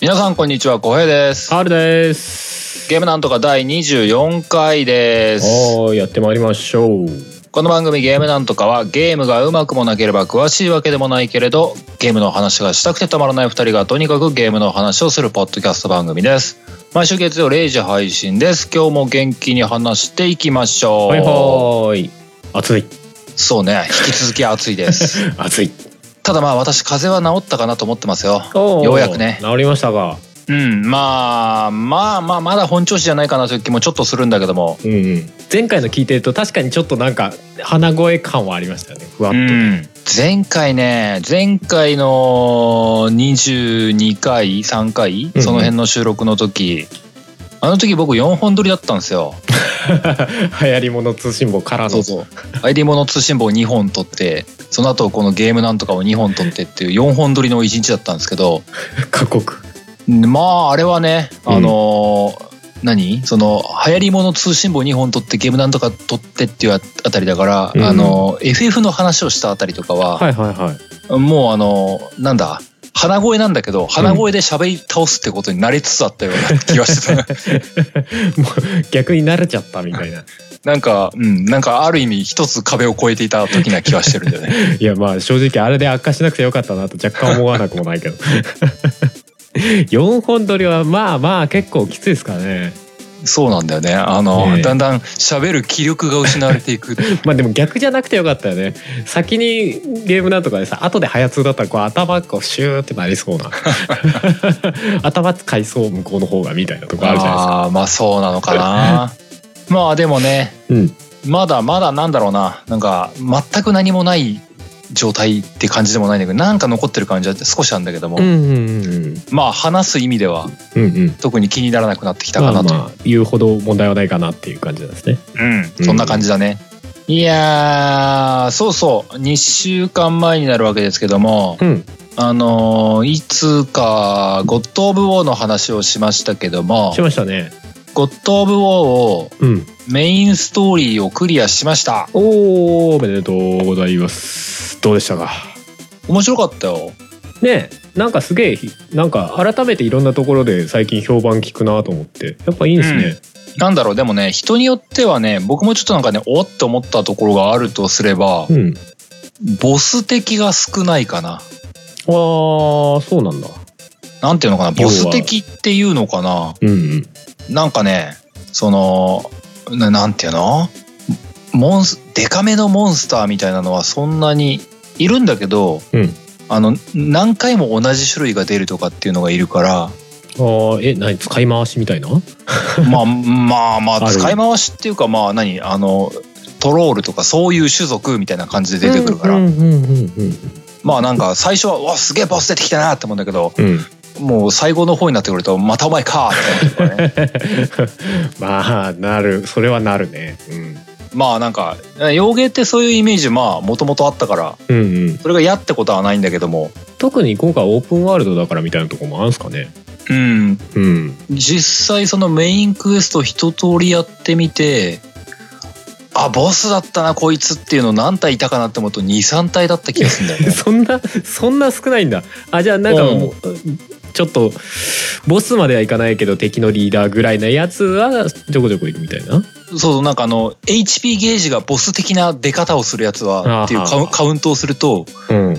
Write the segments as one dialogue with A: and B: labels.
A: 皆さんこんにちは、小平です。
B: R です。
A: ゲームなんとか第24回です。
B: おー、やってまいりましょう。
A: この番組ゲームなんとかはゲームがうまくもなければ詳しいわけでもないけれど、ゲームの話がしたくてたまらない二人がとにかくゲームの話をするポッドキャスト番組です。毎週月曜0時配信です。今日も元気に話していきましょう。
B: はいはーい。暑い。
A: そうね、引き続き暑い です。
B: 暑い。
A: ただまあ私風邪は治ったかなと思ってますよ。
B: おー
A: ようやくね
B: 治りましたが。
A: うん、まあまあまあまだ本調子じゃないかなという気もちょっとするんだけども。
B: うんうん。前回の聞いてると確かにちょっとなんか鼻声感はありましたよね。ふわっ
A: う
B: と。
A: ん、前回ね前回の22回3回、
B: うん
A: その辺の収録の時あの時僕4本撮りだったんですよ。
B: 流行り物通信簿からの。
A: そうそう。ID モノ通信簿を2本撮ってその後このゲームなんとかを2本撮ってっていう4本撮りの1日だったんですけど
B: 過酷。
A: まああれはねあのー何その流行り物通信簿2本撮ってゲームなんとか撮ってっていうあたりだから、
B: うん
A: あの FF の話をしたあたりとかは、
B: はいはいはい。
A: もうあの、なんだ、鼻声なんだけど、鼻声で喋り倒すってことになりつつあったような気がして た。
B: もう逆に慣れちゃったみたいな。
A: なんか、うん、なんかある意味一つ壁を越えていた時な気はしてるんだよね。
B: いやまあ正直あれで悪化しなくてよかったなと若干思わなくもないけど。4本撮りはまあまあ結構きついですからね。
A: そうなんだよね。あの、
B: ねえ
A: だんだん喋る気力が失われてい く。
B: まあでも逆じゃなくてよかったよね先にゲームなんとかでさ後で早通だったらこう頭こうシューってなりそ うな頭使いそう向こうの方がみたいなとこあるじゃない
A: あーまあそうなのかな。 まあでもね、
B: ですか、
A: まだまだなんだろうな。なんか、全く何もない状態って感じでもないんだけど、なんか残ってる感じは少しあるんだけども、
B: うん、うんうんうん
A: まあ話す意味では
B: うんうん
A: 特に気にならなくなってきた
B: ま
A: かな
B: あ
A: と。
B: まあ言うほど問題はないかなっていう感じなんですね
A: うん、そんな感じだね。いやー、そうそう、2週間前になるわけですけども、
B: うん
A: あのーいつか、ゴッド・オブ・ウォーの話をしましたけども
B: し、ましたね
A: ゴッド・オブ・ウォーを
B: うん
A: メインストーリーをクリアしました。
B: おーおめでとうございますどうでしたか
A: 面白かったよ。
B: ねえなんかすげえなんか改めていろんなところで最近評判聞くなと思ってやっぱいいんですね、
A: なんだろう、でもね、人によってはね、僕もちょっとなんかね、おっって思ったところがあるとすれば、
B: うん、
A: ボス敵が少ないかな。
B: ああそうなんだ
A: なんていうのかな、ボス敵っていうのかな。
B: うんうん
A: なんかね、その、ななんていうのモンス、デカめのモンスターみたいなのはそんなにいるんだけど、
B: うん
A: あの、何回も同じ種類が出るとかっていうのがいるから、
B: ああえ何使い回しみたいな
A: まあまあまあ、
B: ある
A: 使い回しっていうかまあ何、あの、トロールとかそういう種族みたいな感じで出てくるから、
B: うんうんうんうん
A: まあなんか最初は、うわ、すげえボス出てきたなって思うんだけど、
B: うん
A: もう最後の方になってくると、またお前かってなるからね。
B: まあなるそれはなるね、
A: まあなんか、洋芸ってそういうイメージまあもともとあったから、
B: うん、うんうん
A: それが嫌ってことはないんだけども、
B: 特に今回オープンワールドだからみたいなとこもあるんすかね
A: うん、
B: うん
A: 実際そのメインクエスト一通りやってみて、あ、ボスだったな、こいつっていうの何体いたかなって思うと2、3体だった気がするんだよ ね。
B: そんなそんな少ないんだあじゃあなんかもう、ちょっとボスまではいかないけど敵のリーダーぐらいなやつはちょこちょこいるみたいな
A: そうそう、なんかあの、HP ゲージがボス的な出方をするやつはっていうカウ
B: あー
A: カウントをすると、
B: うん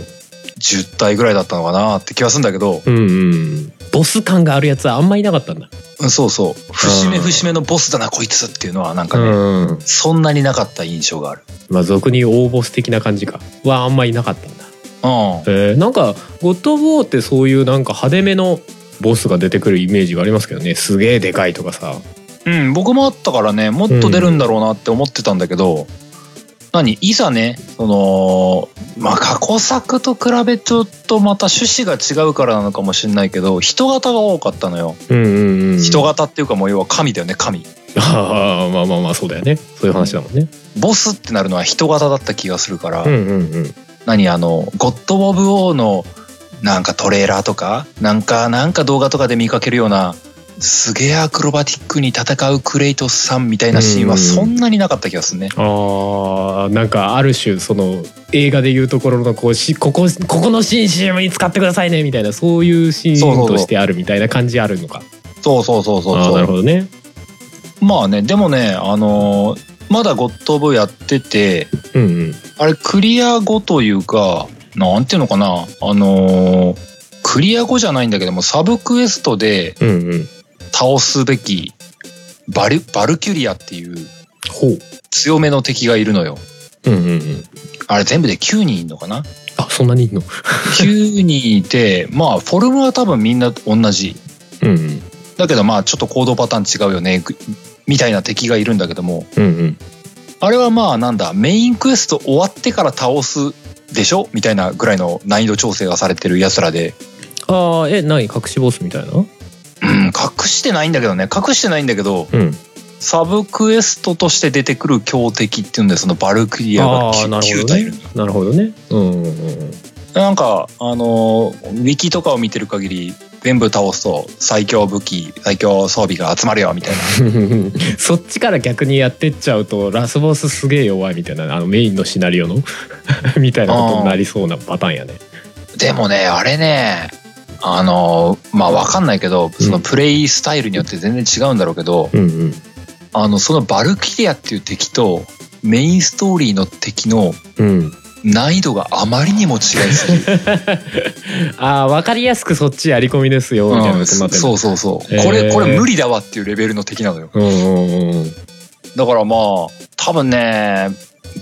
A: 10体ぐらいだったのかなって気がするんだけど、
B: うんうんボス感があるやつはあんまいなかったんだ、
A: うんそうそう、節目節目のボスだな、こいつっていうのはなんかね、
B: うん
A: そんなになかった印象がある。
B: まあ俗に大ボス的な感じかはあんまいなかったんだ
A: うん。
B: えーなんかゴッド・オブ・ウォーってそういうなんか派手めのボスが出てくるイメージがありますけどねすげえでかいとかさ
A: うん、僕もあったからね、もっと出るんだろうなって思ってたんだけど、何いざね、その、まあ、過去作と比べちょっとまた趣旨が違うからなのかもしれないけど、人型が多かったのよ。
B: うんうんうん
A: 人型っていうかもう要は神だよね、神。
B: ああまあまあまあそうだよねそういう話だもんね
A: ボスってなるのは人型だった気がするから、
B: んうんうん
A: 何あの、ゴッド・オブ・オーのなんかトレーラーとか、なんか、なんか動画とかで見かけるような、すげえアクロバティックに戦うクレイトスさんみたいなシーン
B: う
A: は
B: ん
A: そんなになかった気がするね。
B: あーなんかある種その映画でいうところのこうしここここのシーン CM に使ってくださいねみたいなそういうシ
A: そう
B: ー
A: そ
B: ン
A: うそう
B: としてあるみたいな感じあるのか
A: そうそうそうそう
B: あー
A: そ
B: な
A: う
B: るほどね
A: まあねでもねあのーまだゴッド・オブやってて
B: うんうん
A: あれクリア後というかなんていうのかなあのークリア後じゃないんだけどもサブクエストで
B: うんうん
A: 倒すべきバリバルキュリアっていう
B: ほう
A: 強めの敵がいるのよ。
B: うんうんうん
A: あれ全部で9人いんのか な
B: あそんなにいんの
A: 9人いてまあフォルムは多分みんな同じ
B: うんうん
A: だけどまあちょっと行動パターン違うよねぐみたいな敵がいるんだけども
B: うんうん
A: あれはまあなんだメインクエスト終わってから倒すでしょみたいなぐらいの難易度調整がされてるやつらで、
B: ああえ何隠しボスみたいな
A: うん、隠してないんだけどね隠してないんだけど
B: うん
A: サブクエストとして出てくる強敵っていうんでそのバルクリアが
B: あー
A: 9,
B: なるほど
A: 体い
B: ね
A: る
B: なるほどねうんうんうん
A: なんかあのーウィキとかを見てる限り全部倒すと最強武器最強装備が集まるよみたいな
B: そっちから逆にやってっちゃうとラスボスすげえ弱いみたいなあのメインのシナリオの みたいなことになりそうなパターンやね。
A: でもねあれねあのーまあわかんないけどその
B: うん
A: プレイスタイルによって全然違うんだろうけど、
B: うんうん
A: あのそのバルキリアっていう敵とメインストーリーの敵の
B: うん、
A: 難易度があまりにも違いすぎる、
B: ああ分かりやすくそっちやり込みですよみたいな
A: う
B: こ
A: ん、
B: とになってる
A: そうそうそう、
B: へー
A: これこれ無理だわっていうレベルの敵なのよ
B: うんうんうん
A: だからまあ多分ね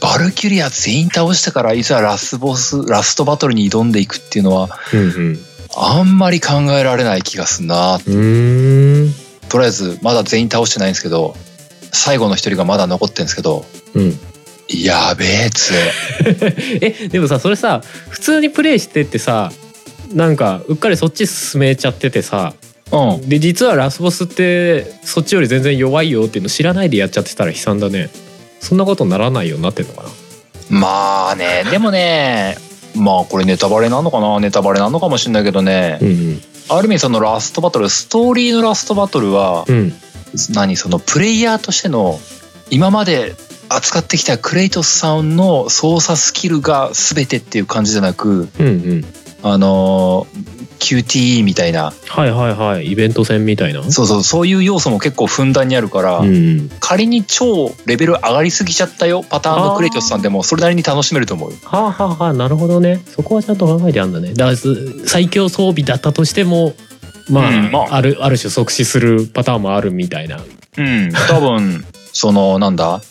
A: バルキュリア全員倒してからいざラスボスラストバトルに挑んでいくっていうのは
B: うん
A: あんまり考えられない気がすんな
B: うんうーん
A: とりあえずまだ全員倒してないんですけど最後の一人がまだ残ってるんですけど
B: うん
A: やべえつえ
B: えでもさそれさ普通にプレイしてってさなんかうっかりそっち進めちゃっててさ
A: うん
B: で実はラスボスってそっちより全然弱いよっていうの知らないでやっちゃってたら悲惨だねそんなことならないようになってんのかな
A: まあねでもねまあこれネタバレなのかなネタバレなのかもしれないけどね、
B: うんうん
A: ある意味そのラストバトルストーリーのラストバトルは、
B: うん
A: 何そのプレイヤーとしての今まで扱ってきたクレイトスさんの操作スキルが全てっていう感じじゃなく
B: うんうん
A: あのー QTE みたいな
B: はいはいはいイベント戦みたいな
A: そうそうそういう要素も結構ふんだんにあるから、
B: うん
A: 仮に超レベル上がりすぎちゃったよパターンのクレイトスさんでもそれなりに楽しめると思うよ
B: はあはあはあなるほどねそこはちゃんと考えてあんだねだからす最強装備だったとしてもまあ,、
A: うんまあ
B: あ、るある種即死するパターンもあるみたいな
A: うん、多分そのなんだ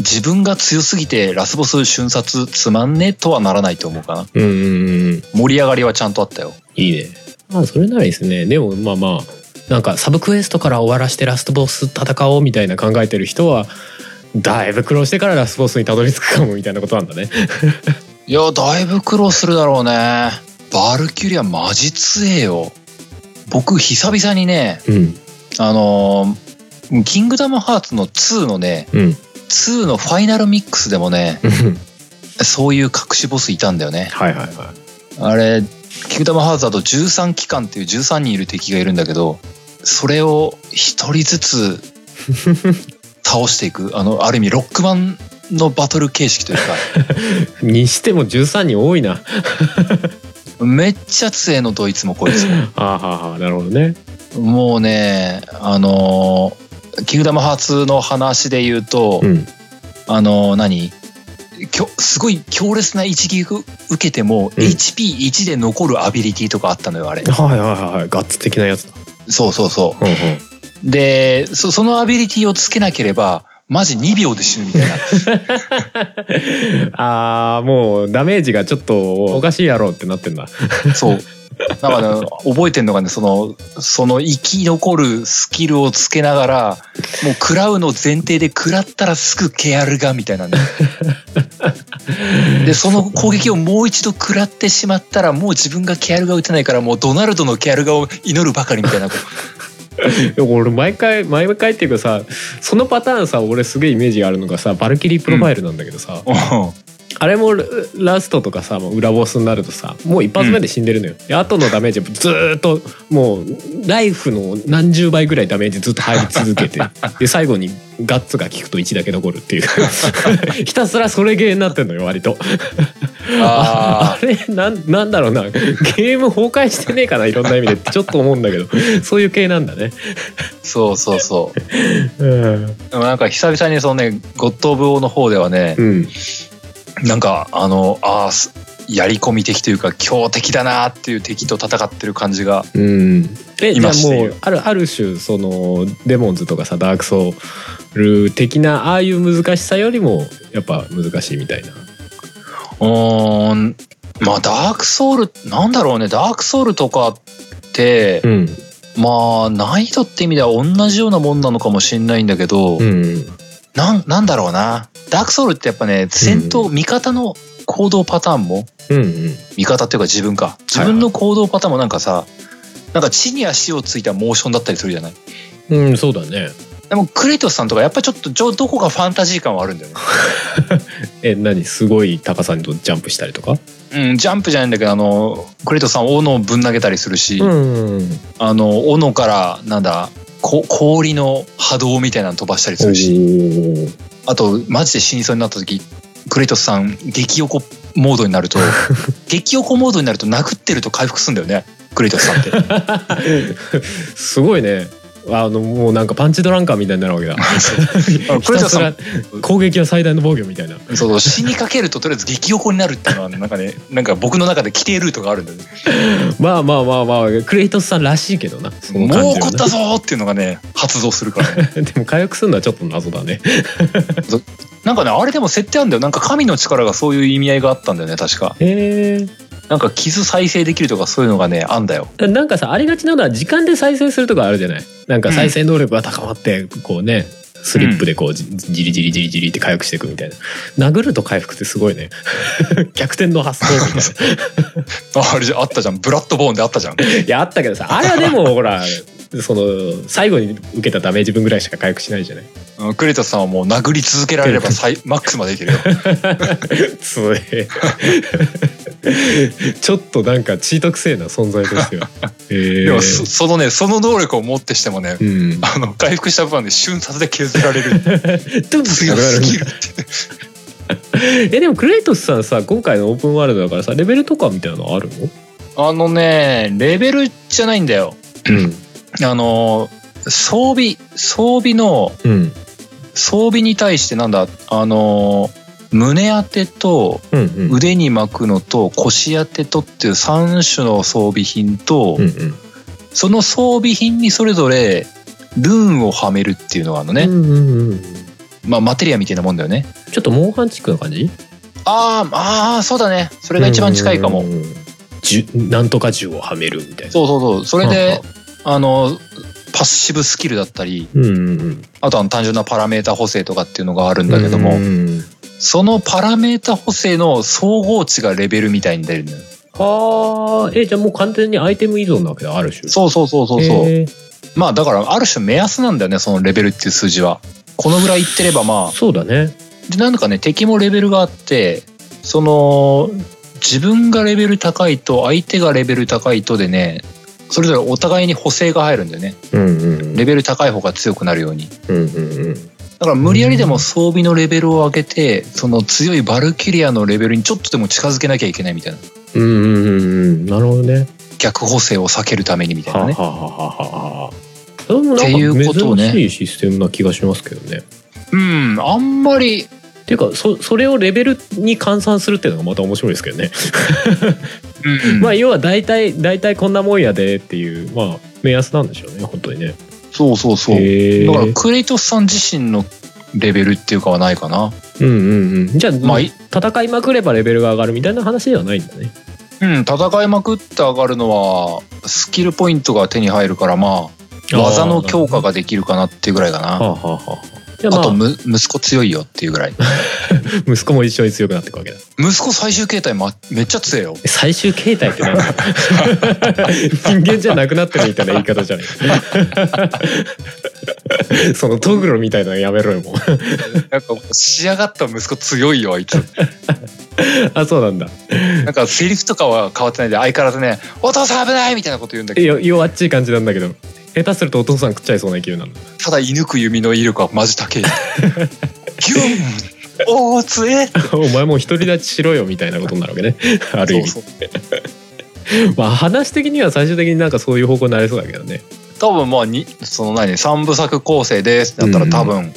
A: 自分が強すぎてラスボス瞬殺つまんねえとはならないと思うかな
B: うんうんうん
A: 盛り上がりはちゃんとあったよ
B: いいねまあそれならいいですねでもまあまあなんかサブクエストから終わらしてラストボス戦おうみたいな考えてる人はだいぶ苦労してからラスボスにたどり着くかもみたいなことなんだね
A: いやだいぶ苦労するだろうねバルキュリアマジ強えよ僕久々にね
B: うん
A: あのーキングダムハーツの2のね
B: うん
A: 2のファイナルミックスでもねそういう隠しボスいたんだよね
B: はいはいは
A: あれキングダムハーツだと13機関っていう13人いる敵がいるんだけどそれを一人ず つ倒していくあのある意味ロックマンのバトル形式という
B: いにしても13人多いな
A: かめっちゃ強えのどいつもこいつ
B: ああはあはあなるほどね
A: ももうねあのーキングダムハーツの話で言うと、
B: うん
A: あのー何きょすごい強烈な一撃受けても、
B: うん
A: HP1 で残るアビリティとかあったのよあれ
B: はいはいはいガッツ的なやつだ
A: そうそうそう
B: うんうん
A: で、そそのアビリティをつけなければ、マジ2秒で死ぬみたいな。
B: ああもうダメージがちょっとおかしいやろってなってんだ
A: そう。なんかね、覚えてんのがね、その、その生き残るスキルをつけながら、もう食らうの前提で食らったらすぐケアルが、みたいなね。で、その攻撃をもう一度食らってしまったら、もう自分がケアルが打てないから、もうドナルドのケアルがを祈るばかりみたいな。
B: でも俺毎回毎回っていうかさそのパターンさ俺すげえイメージがあるのがさバルキリープロファイルなんだけどさ、
A: うん
B: あれもララストとかさもう裏ボスになるとさもう一発目で死んでるのよ、で後のダメージずーっともうライフの何十倍ぐらいダメージずっと入り続 けてで最後にガッツが効くと1だけ残るっていうひたすらそれゲーになってんのよ割とあ
A: あ
B: れなんなんだろうなゲーム崩壊してねえかないろんな意味でってちょっと思うんだけどそういう系なんだね
A: あそうそうそう
B: うん、
A: でもなんか久々にそのね「ゴッド・オブ・オー」の方ではね、
B: うん、
A: なんかあのああすやり込み敵というか強敵だなっていう敵と戦ってる感じが
B: うん、え
A: い
B: じゃ
A: ま
B: あ
A: した
B: も
A: よ
B: うあるある種そのデモンズとかさダークソウル的なああいう難しさよりもやっぱ難しいみたいな。
A: うーんまあダークソウルなんだろうねダークソウルとかって、
B: ん
A: まあ難易度って意味では同じようなもんなのかもしれないんだけど、
B: うん
A: なんなんだろうなダークソウルってやっぱね戦闘、味方の行動パターンも
B: うんうん
A: 味方っていうか自分か自分の行動パターンもなんかさ、なんか地に足をついたモーションだったりするじゃない
B: うん、そうだね。
A: でもクレイトスさんとかやっぱちょっとちょどこかファンタジー感はあるんだよね
B: え、何すごい高さにとジャンプしたりとか。
A: うん、ジャンプじゃないんだけどあのクレイトスさん斧をぶん投げたりするし、
B: ん、
A: あの斧からなんだこ氷の波動みたいなの飛ばしたりするし、
B: し。
A: あとマジで死にそうになった時クレイトスさん激横モードになる と激横モードになると殴ってると回復するんだよねクレイトスさん って
B: すごいね。あのもうなんかパンチドランカーみたいになるわけ だ。
A: あの
B: ひ
A: クレイ
B: た
A: トス
B: す
A: さ
B: ら
A: ん
B: 攻撃は最大の防御みたいな。
A: そうそう死にかけるととりあえず激横になるっていうのはなんかねなんか僕の中で規定ルートがあるんだよね
B: まあまあまあまあクレイトスさんらしいけどな。その感じ
A: もう
B: はね
A: 怒ったぞーっていうのがね発動するからね
B: でも回復するのはちょっと謎だね。
A: なんかね、あれでも設定あるんだよ。なんか神の力がそういう意味合いがあったんだよね、確か。
B: へえ。
A: なんか傷再生できるとかそういうのがね、あんだよ。
B: なんかさありがちなのは時間で再生するとかあるじゃないなんか再生能力が高まってこうねスリップでこうじじりじりじりじりって回復していくみたいな殴ると回復ってすごいね 逆転の発想みたい
A: ああれじゃあったじゃん。ブラッドボーンであったじゃん。
B: ないやあったけどさあれはでもほらその最後に受けたダメージ分ぐらいしか回復しないじゃない
A: うんクレイタスさんはもう殴り続けられれば最マックスまでいけるよ。
B: つえ ちょっとなんかチートくせえな存在 としてはえー
A: でもそ、そのね、その能力を持ってしてもね、
B: うん
A: あの、回復した分はね、瞬殺で削られ る。
B: ドゥンって
A: 強すぎるって。
B: えでもクレイトスさんさ今回のオープンワールドだからさレベルとかみたいなのあるの
A: あのね、レベルじゃないんだよ。あの、装備、装備の、
B: うん
A: 装備に対してなんだ、あの、胸当てと、
B: うんうん
A: 腕に巻くのと腰当てとっていう3種の装備品と、
B: うんうん
A: その装備品にそれぞれルーンをはめるっていうのがあるのね、
B: うんうんうん
A: まあマテリアみたいなもんだよね
B: ちょっとモンハンチックな感じ
A: あーあーそうだねそ
B: こ
A: れが一番近いかも、
B: じゅなんとか銃をはめるみたいな
A: そうそうそうそれ
B: は
A: で
B: ん、
A: あのパッシブスキルだったり
B: うんうんうん
A: あとは単純なパラメータ補正とかっていうのがあるんだけども、
B: うんうん
A: そのパラメータ補正の総合値がレベルみたいに出るのよ
B: はあえじゃあもう完全にアイテム依存なわけだある種
A: そうそうそうそうそう、
B: へえ
A: まあだからある種目安なんだよねそのレベルっていう数字は。このぐらいいってればま
B: そうだね
A: あでなんかね敵もレベルがあってその自分がレベル高いと相手がレベル高いとでねそれぞれお互いに補正が入るんだよね
B: うんうん
A: レベル高い方が強くなるように
B: うんうんうん
A: だから無理やりでも装備のレベルを上げてその強いバルキリアのレベルにちょっとでも近づけなきゃいけないみたいな
B: うんうんうんうんなるほどね
A: 逆補正を避けるためにみたい
B: はあ
A: な
B: は
A: ね
B: あはあはあはあでもなんか珍しいシステムな気がしますけどね
A: うんあんまり
B: っていうかそそれをレベルに換算するっていうのがまた面白いですけどね、
A: うん
B: まあ要は大体大体こんなもんやでっていうまあ目安なんでしょうね本当にね
A: そうそうそう
B: へー
A: だからクレイトスさん自身のレベルっていうかはないかな。
B: うんうんうんじゃあ、
A: まあい
B: 戦いまくればレベルが上がるみたいな話ではないんだね
A: うん、戦いまくって上がるのはスキルポイントが手に入るからまあ技の強化
B: が
A: ができるかなっていうぐらいかな。
B: は
A: あ
B: あはあはあじゃあま
A: と
B: あ
A: む息子強いよっていうぐらい。
B: 息子も一緒に強くなっていくわけだ
A: 息子最終形態、ま、めっちゃ強い よ。
B: 最終形態ってなんだ 人間じゃなくなってるみたいな言い方じゃないそのトグロみたいなのやめろよもう
A: なんか仕上がった息子強いよあいつ
B: あそうなんだ
A: なんかセリフとかは変わってないで相変わらずね「お父さん危ない!」みたいなこと言うんだけ
B: え
A: ど
B: よ弱っちい感じなんだけど下手するとお父さん食っちゃいそうな勢いなの
A: ただ射抜く弓の威力はマジ 高いギュンおおつえ
B: お前もう独り立ちしろよみたいなことになるわけねある意 味
A: そうそう
B: まあ話的には最終的になんかそういう方向になりそうだけどね
A: 多分まあにその何3部作構成ですってなったら多分、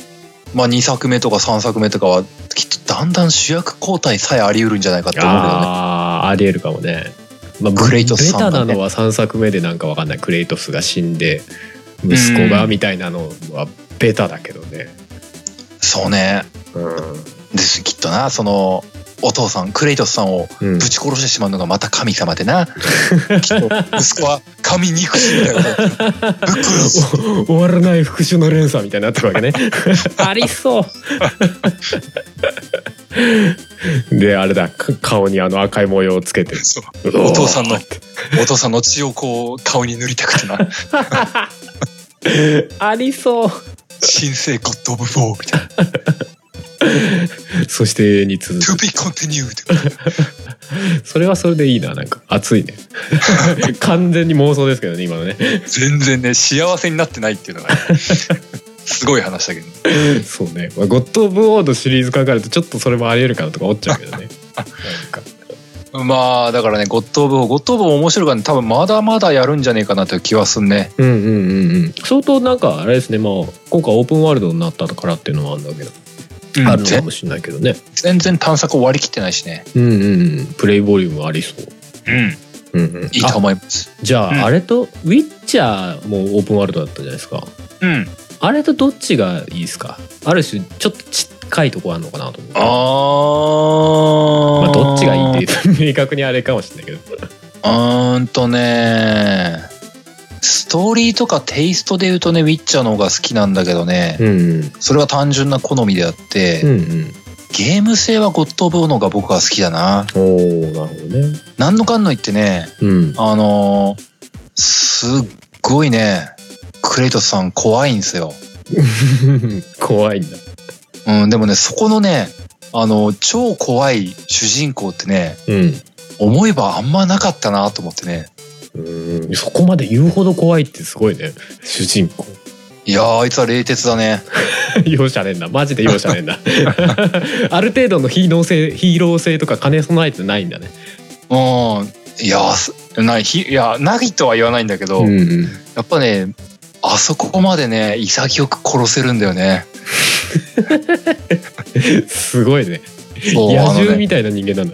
A: まあ2作目とか3作目とかはきっとだんだん主役交代さえあり得るんじゃないかって思うんだよね
B: ああありえるかもね、まあ、
A: クレイトスさんがね
B: ベタなのは3作目でなんかわかんないクレイトスが死んで息子がみたいなのはベタだけどね
A: そうね
B: うん
A: ですきっとなそのお父さんクレイトスさんを
B: うん
A: ぶち殺してしまうのがまた神様でな、きっと息子は神憎しみたいなことぶっ殺す
B: お終わらない復讐の連鎖みたいになってるわ けねありそう であれだか顔にあの赤い模様をつけて
A: そうお父さんのお父さんの血をこう顔に塗りたくてな
B: ありそう
A: 神聖ゴッド・オブ・フォーみたいな
B: そしてに続
A: 「
B: く
A: To be continued
B: それはそれでいいななんか熱 いね完全に妄想ですけどね今のね」
A: 全然ね幸せになってないっていうのが、ね、 すごい話だけどね
B: そうね、まあ、ゴッド・オブ・オードシリーズ考えるとちょっとそれもありえるかなとか思っちゃうけど ねなんか
A: まあだからねゴッド・オブ・フォーゴッド・オブ・フォー面白いからね多分まだまだやるんじゃねえかなという気はすんね
B: うんうんうんうん相当なんかあれですねまあ今回オープンワールドになったからっていうのもあるんだけど、あるのか
A: 全
B: もしれないけどね
A: 全然探索を割り切ってないしね
B: うんうんうんプレイボリュームありそう
A: うん
B: うんうん
A: いいと思います
B: あじゃあ、
A: うん
B: あれとウィッチャーもオープンワールドだったじゃないですか
A: うん
B: あれとどっちがいいですかある種ちょっと近いとこあるのかなと思う
A: あー、
B: まあ、どっちがいいって言うと明確にあれかもしれないけど
A: うーんとねストーリーとかテイストで言うとねウィッチャーの方が好きなんだけどね、
B: うんうん
A: それは単純な好みであって、
B: うん
A: ゲーム性はゴッド・オブ・オーの方が僕は好きだな
B: うんおーなるほどね
A: 何のかんの言ってね
B: うん
A: あのーすっごいねクレイトスさん怖いんですよ、
B: 怖いんだ。
A: うん、でもねそこのねあの超怖い主人公ってね
B: うん。
A: 思えばあんまなかったなと思ってね
B: そこまで言うほど怖いってすごいね。主人公。
A: いやーあいつは冷徹だね
B: 容赦ねえんだ。マジで容赦ねえん だ。ある程度の非能性、ヒーロー性とか兼ね備えてないんだね。
A: うんいやすないひいやないとは言わないんだけど、や
B: ん。
A: っぱねあそこまでね潔く殺せるんだよね
B: すごいね。
A: そう
B: 野
A: あの
B: 獣
A: ね
B: みたいな人間なんだ。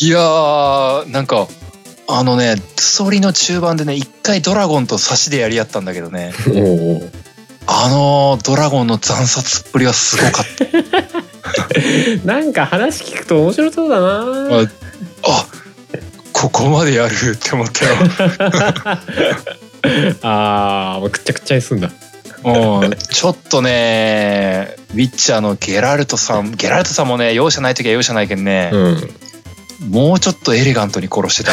A: いやーなんかあのねストーリーの中盤でね一回ドラゴンと差しでやり合ったんだけどね
B: おうおう
A: あのドラゴンの惨殺っぷりはすごかった
B: なんか話聞くと面白そうだな。
A: ああここまでやるって思ったよ
B: あー、もうくっちゃくちゃにすんだ。
A: うんちょっとねウィッチャーのゲラルトさんゲラルトさんもね容赦ない時は容赦ないけんね、
B: うん。
A: もうちょっとエレガントに殺して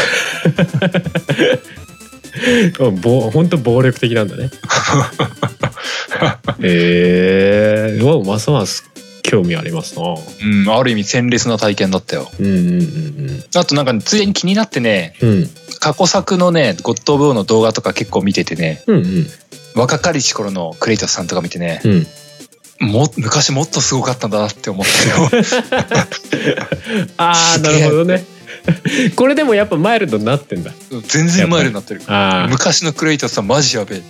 A: た
B: ぼ本当暴力的なんだね。ええー、うわうますます興味ありますな。
A: うん、ある意味鮮烈な体験だったよ。
B: うんうんうん
A: あとなんか、ね、ついでに気になってね、
B: うんうん
A: 過去作のね、ゴッド・オブ・オーの動画とか結構見ててね、
B: うんうん
A: 若かりし頃のクレイトスさんとか見てね、
B: うん
A: も、昔もっとすごかったんだなって思ったよ。
B: ああ
A: すげ
B: な
A: え
B: るほどね これでもやっぱマイルドになってんだ
A: 全然マイルになってる。
B: あー
A: 昔のクレイトスさんマジやべえ。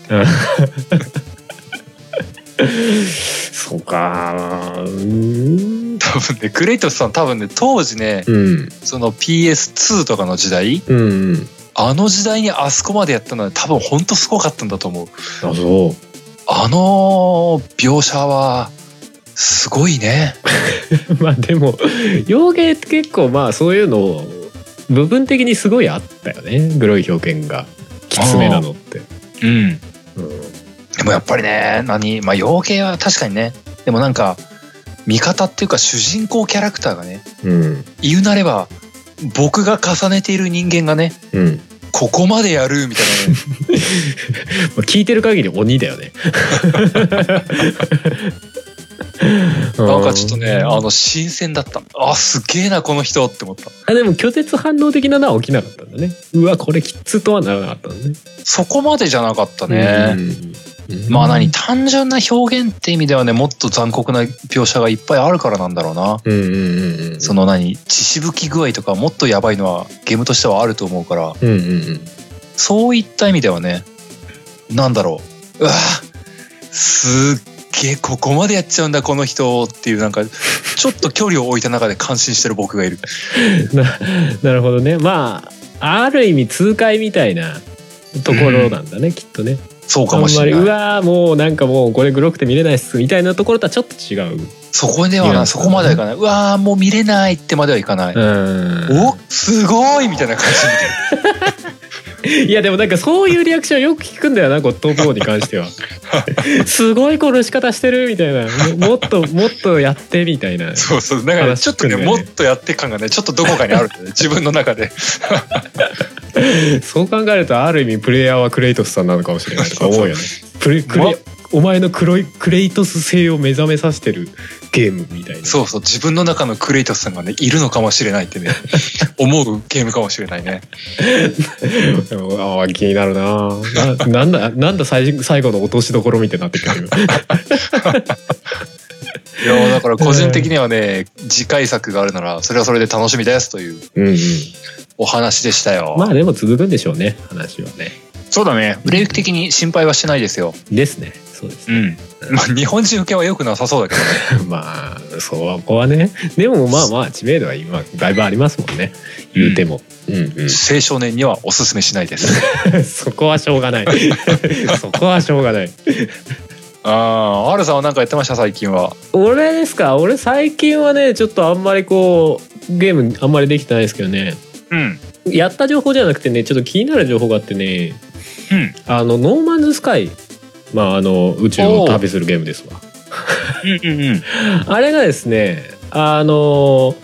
B: そうかうーん
A: 多分ね、クレイトスさん多分ね、当時ね、
B: うん
A: その PS2 とかの時代、
B: うんうん
A: あの時代にあそこまでやったのは多分ほんとすごかったんだと思う。
B: あそ
A: あの描写は、すごいね。
B: う まあでも洋芸って結構まあそういうの部分的にすごいあったよねグロい表現がきつめなのって
A: うん。
B: うん
A: でもやっぱりね、何、まあ、養鶏は確かにね、でもなんか、味方っていうか主人公キャラクターがね、
B: うん
A: 言うなれば、僕が重ねている人間がね、
B: うん
A: ここまでやるみたいなね
B: まあ聞いてる限り鬼だよ ね
A: なんかちょっとね
B: うん
A: あの新鮮だったあすげえなこの人って思った
B: あでも拒絶反応的なのは起きなかったんだねうわこれきつとはならなかったんだね
A: そこまでじゃなかったね、
B: うん
A: まあ何単純な表現って意味ではねもっと残酷な描写がいっぱいあるからなんだろうな
B: うんうんうんうん
A: その何血しぶき具合とかもっとやばいのはゲームとしてはあると思うから
B: うんうんうん
A: そういった意味ではねなんだろううわすっげえここまでやっちゃうんだこの人っていうなんかちょっと距離を置いた中で感心してる僕がいる
B: ななるほどねまあある意味痛快みたいなところなんだね、きっとね
A: そうかもしれ
B: あんまりう
A: ない
B: わーもうなんかもうこれグロくて見れないっすみたいなところとはちょっと違う
A: そこではいな
B: や
A: そこまではいかないうわもう見れないってまではいかない、
B: うん
A: おすごいみたいな感じみたいない
B: やでもなんかそういうリアクションよく聞くんだよなゴッド・オブ・ウォーに 関してはすごい殺し方してるみたいなももっともっとやってみたいな
A: そうそうだからちょっとね
B: 話聞くんだよ
A: も
B: ね
A: っとやって感がねちょっとどこかにあるん だよね自分の中で
B: そう考えるとある意味プレイヤーはクレイトスさんなのかもしれないとか思う よねプレクレ
A: ま
B: お前の黒いクレイトス性を目覚めさせてるゲームみたいな
A: そうそう自分の中のクレイトスさんがねいるのかもしれないってね 思うゲームかもしれないね
B: でもああ気になるなななんだなんだ最最後の落としどころみたいになってく る
A: いやだから個人的にはね、次回作があるならそれはそれで楽しみですという
B: うん、うん、
A: お話でしたよ、
B: まあでも続くんでしょうね話はね
A: そうだねブレイク的に心配はしてないですよ
B: ですねそうです
A: う
B: ね、
A: んまあ日本人受けは良くなさそうだけどね
B: まあそうこはねでもまあまあ知名度は今だいぶありますもんね言うても、うんうん
A: 青少年にはおすすめしないです
B: そこはしょうがない そこはしょうがない
A: ああ R さんは何かやってました最近は
B: 俺ですか俺最近はねちょっとあんまりこうゲームあんまりできてないですけどね
A: うん
B: やった情報じゃなくてねちょっと気になる情報があってね
A: うん
B: あのノーマンズスカイまああの宇宙を旅するゲームですわ
A: うんうんうん
B: あれがですねあの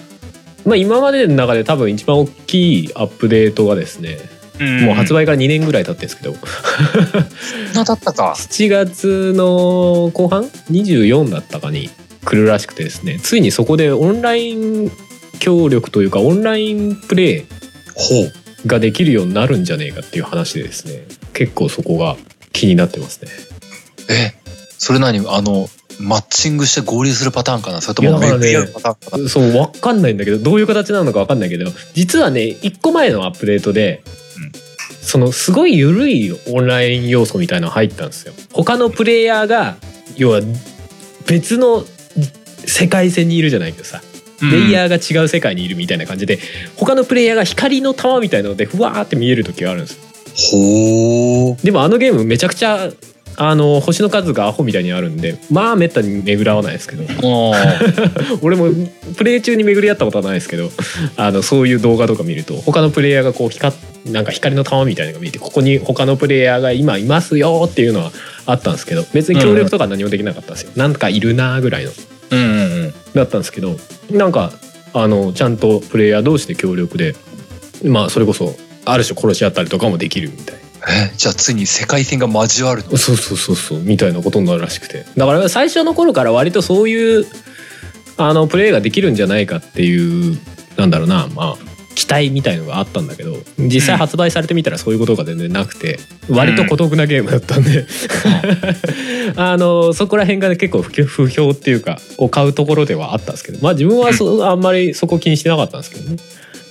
B: まあ今までの中で多分一番大きいアップデートがですねもう発売から2年ぐらい経ってるんですけど
A: なだったか
B: 7月の後半24だったかに来るらしくてですねついにそこでオンライン協力というかオンラインプレイ
A: ほう
B: ができるようになるんじゃねえかっていう話でですね結構そこが気になってますね
A: えそれ何あのマッチングして合流するパターンかなそれとも
B: いやだから
A: 巡
B: ね
A: り合うパターンかな、
B: そうわかんないんだけどどういう形なのかわかんないけど実はね1個前のアップデートで、
A: うん
B: そのすごい緩いオンライン要素みたいなの入ったんですよ他のプレイヤーが要は別の世界線にいるじゃないけどさレイヤーが違う世界にいるみたいな感じで、他のプレイヤーが光の玉みたいなのでふわーって見える時があるんですよ
A: ほう
B: でもあのゲームめちゃくちゃあの星の数がアホみたいにあるんでまあめったに巡らわないですけど俺もプレイ中に巡り合ったことはないですけど あのそういう動画とか見ると他のプレイヤーがこう光っなんか光の玉みたいなのが見えてここに他のプレイヤーが今いますよっていうのはあったんですけど別に協力とか何もできなかったんですよ、なんかいるなーぐらいの
A: うんうんうん
B: だったんですけどなんかあのちゃんとプレイヤー同士で協力でまあそれこそある種殺し合ったりとかもできるみたい
A: えじゃあついに世界線が交わるの
B: なそうそうそうそうみたいなことになるらしくてだから最初の頃から割とそういうあのプレイができるんじゃないかっていうなんだろうなまあ期待みたいのがあったんだけど実際発売されてみたらそういうことが全然なくて割と孤独なゲームだったんで、 あのそこら辺がね結構不況不評っていうかを買うところではあったんですけどまあ自分はそあんまりそこ気にしてなかったんですけどね。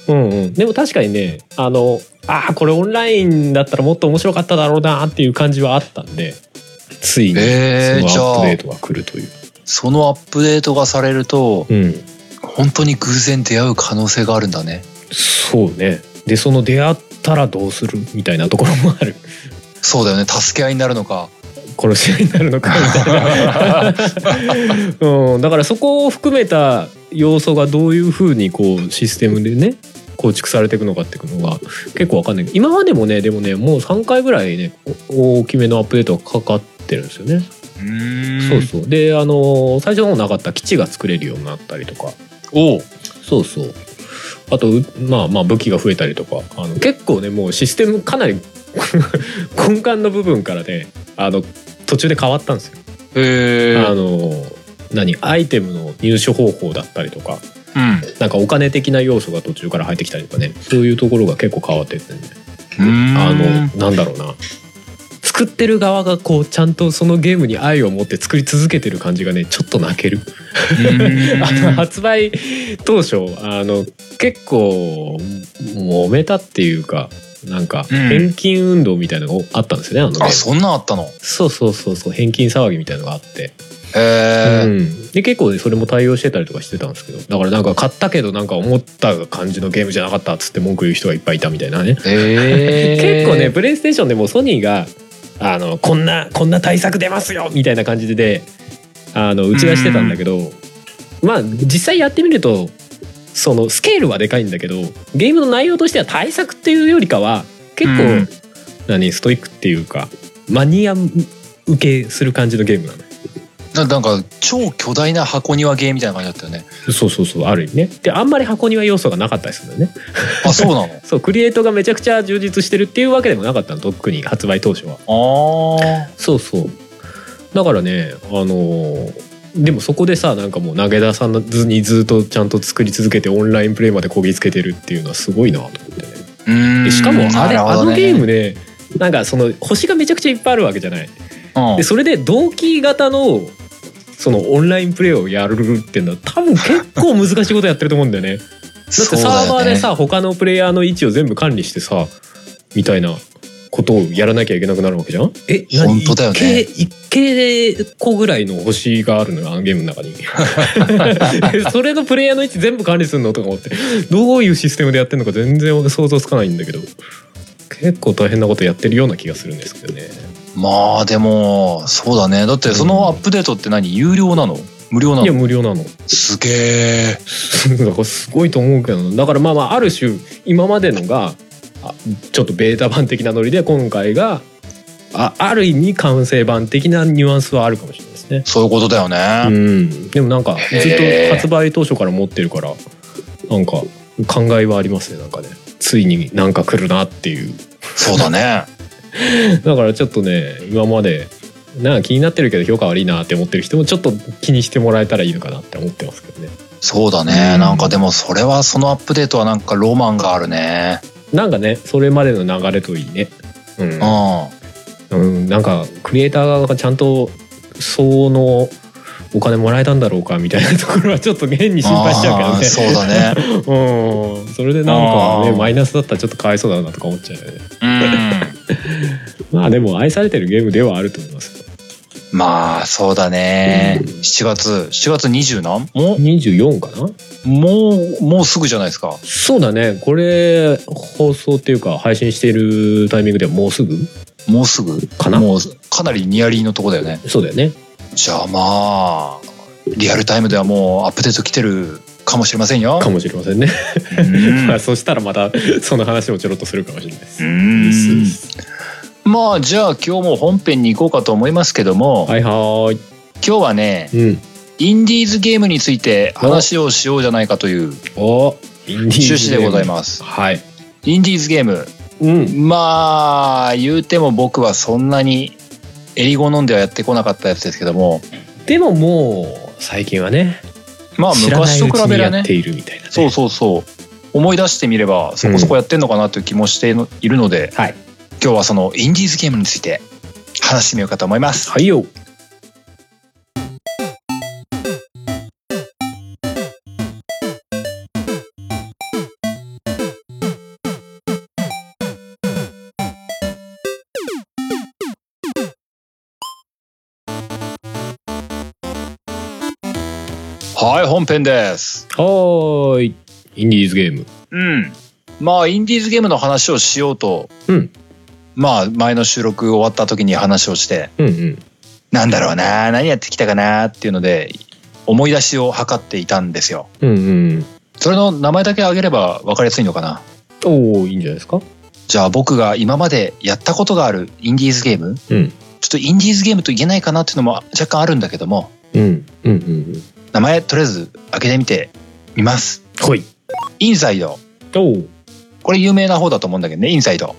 B: うんうん、でも確かにねあのあーこれオンラインだったらもっと面白かっただろうなっていう感じはあったんでついにそ
A: えー
B: のアップデートが来るという、
A: そのアップデートがされると
B: うん、
A: 本当に偶然出会う可能性があるんだね
B: そうねでその出会ったらどうするみたいなところもある
A: そうだよね助け合いになるのか
B: 殺し合いになるのかみたいな、うん、だからそこを含めた要素がどういうふうにこうシステムでね構築されていくのかっていうのが結構わかんない今までもねでもねもう3回ぐらいねお大きめのアップデートがかかってるんですよね、
A: うーん
B: そうそうであの最初の方なかった基地が作れるようになったりとか
A: おう
B: そうそうあとうまあまあ武器が増えたりとかあの結構ねもうシステムかなり 根幹の部分からねあの途中で変わったんですよ。
A: へえ
B: あの何アイテムの入手方法だったりとか
A: うん
B: なんかお金的な要素が途中から入ってきたりとかねそういうところが結構変わってってね
A: うーん
B: あのなんだろうな作ってる側がこうちゃんとそのゲームに愛を持って作り続けてる感じがねちょっと泣けるあの
A: う
B: 発売当初あの結構揉めたっていうかなんか
A: うん
B: 返金運動みたいなのがあったんですよね、あの
A: ーん
B: ね
A: あそんなんあったのへ
B: そうそうそうそう返金騒ぎみたいなのがあって、う
A: え
B: ん、で結構ねそれも対応してたりとかしてたんですけどだからなんか買ったけどなんか思った感じのゲームじゃなかったっつって文句言う人がいっぱいいたみたいなね、
A: へえ
B: 結構ねプレイステーションでもソニーがあのこんなこんな対策出ますよみたいな感じであの打ち出してたんだけど、まあ実際やってみるとそのスケールはでかいんだけどゲームの内容としては対策っていうよりかは結構、
A: うん
B: 何ストイックっていうかマニア受けする感じのゲームなの。
A: ななんか超巨大な箱庭ゲーみたいな感じだったよね
B: そうそうそうある意味ね。であんまり箱庭要素がなかったりするんだよね。
A: あそうなの
B: そうクリエイトがめちゃくちゃ充実してるっていうわけでもなかったの特に発売当初は。
A: あ
B: そうそうだからねあのーでもそこでさなんかもう投げ出さずにずっとちゃんと作り続けてオンラインプレイまでこぎつけてるっていうのはすごいなと思ってね
A: あうん
B: でしかもあれ、
A: なるほ
B: あ
A: どね
B: のゲームねなんかその星がめちゃくちゃいっぱいあるわけじゃない
A: うん
B: でそれで同期型のそのオンラインプレイをやるっていうのは多分結構難しいことやってると思うんだよねだってサーバーでさ、他のプレイヤーの位置を全部管理してさみたいなことをやらなきゃいけなくなるわけじゃんえ
A: 本当だよね
B: 一系一系個ぐらいの星があるのよあのゲームの中にえ それのプレイヤーの位置全部管理するのとか思ってどういうシステムでやってるのか全然想像つかないんだけど結構大変なことやってるような気がするんですけどね
A: そうだよねまあでもそうだねだってそのアップデートって何有料なの無料ない
B: や
A: の
B: 無料なの
A: すげえ
B: だからすごいと思うけどなだからまあまあある種今までのがあちょっとベータ版的なノリで今回があある意味完成版的なニュアンスはあるかもしれないですね。
A: そういうことだよ
B: う
A: ね
B: ん、でもなんかずっ
A: へー
B: と発売当初から持ってるからなんか感慨はありますねなんかねついになんか来るなっていう
A: そうだね
B: だからちょっとね今までなんか気になってるけど評価悪いなって思ってる人もちょっと気にしてもらえたらいいのかなって思ってますけどね
A: そうだね、
B: うん
A: なんかでもそれはそのアップデートはなんかロマンがあるね
B: なんかねそれまでの流れといいねうん
A: うん
B: うん、なんかクリエイター側がちゃんと相応のお金もらえたんだろうかみたいなところはちょっと変に心配しちゃう
A: あー
B: け
A: そうだね
B: どねうんそれでなんか
A: あー
B: ねマイナスだったらちょっとかわいそうだなとか思っちゃうよね
A: う
B: まあでも愛されてるゲームではあると思います
A: んまあそうだね、
B: うん
A: 7月7月20何も
B: 24かな
A: うもうもうすぐじゃないですか
B: そうだねこれ放送っていうか配信しているタイミングではもうすぐ
A: もうすぐ
B: かな
A: もうかなりニアリーのとこだよね
B: そうだよね
A: じゃあまあリアルタイムではもうアップデート来てるかもしれませんよ
B: かもしれませんね、
A: うん
B: ま あそしたらまたその話もちょろっとするかもしれないです、
A: うんまあじゃあ今日も本編に行こうかと思いますけども、
B: はいはーい
A: 今日はね
B: うん
A: インディーズゲームについて話をしようじゃないかという
B: おインディーズ
A: 趣旨でござい
B: す
A: ます
B: はい。
A: インディーズゲーム
B: うん。
A: まあ言うても僕はそんなに襟好んではやってこなかったやつですけども
B: でももう最近はね、
A: まあ
B: 知らな
A: 昔
B: い
A: と
B: うち
A: 比べ
B: に
A: りゃ
B: やっ
A: ね
B: ているみたいな、ね。
A: そうそうそう思い出してみればそこそこやってんのかなという気もしてのいるので、
B: はい
A: 今日はそのインディーズゲームについて話してみようかと思います。
B: はいよ。
A: はい本編です。
B: はーい。インディーズゲーム。
A: うん。まあインディーズゲームの話をしようと、
B: うん
A: まあ前の収録終わった時に話をして
B: うんうん。
A: なんだろうな何やってきたかなっていうので思い出しを図っていたんですよ。
B: うんうん。
A: それの名前だけ挙げれば分かりやすいのかな。
B: おおいいんじゃないですか。
A: じゃあ僕が今までやったことがあるインディーズゲーム、
B: うん
A: ちょっとインディーズゲームと言えないかなっていうのも若干あるんだけども
B: うんうんうんうん。
A: 名前とりあえず開けてみてみます
B: はい。
A: インサイド。
B: おう
A: これ有名な方だと思うんだけどね、インサイド。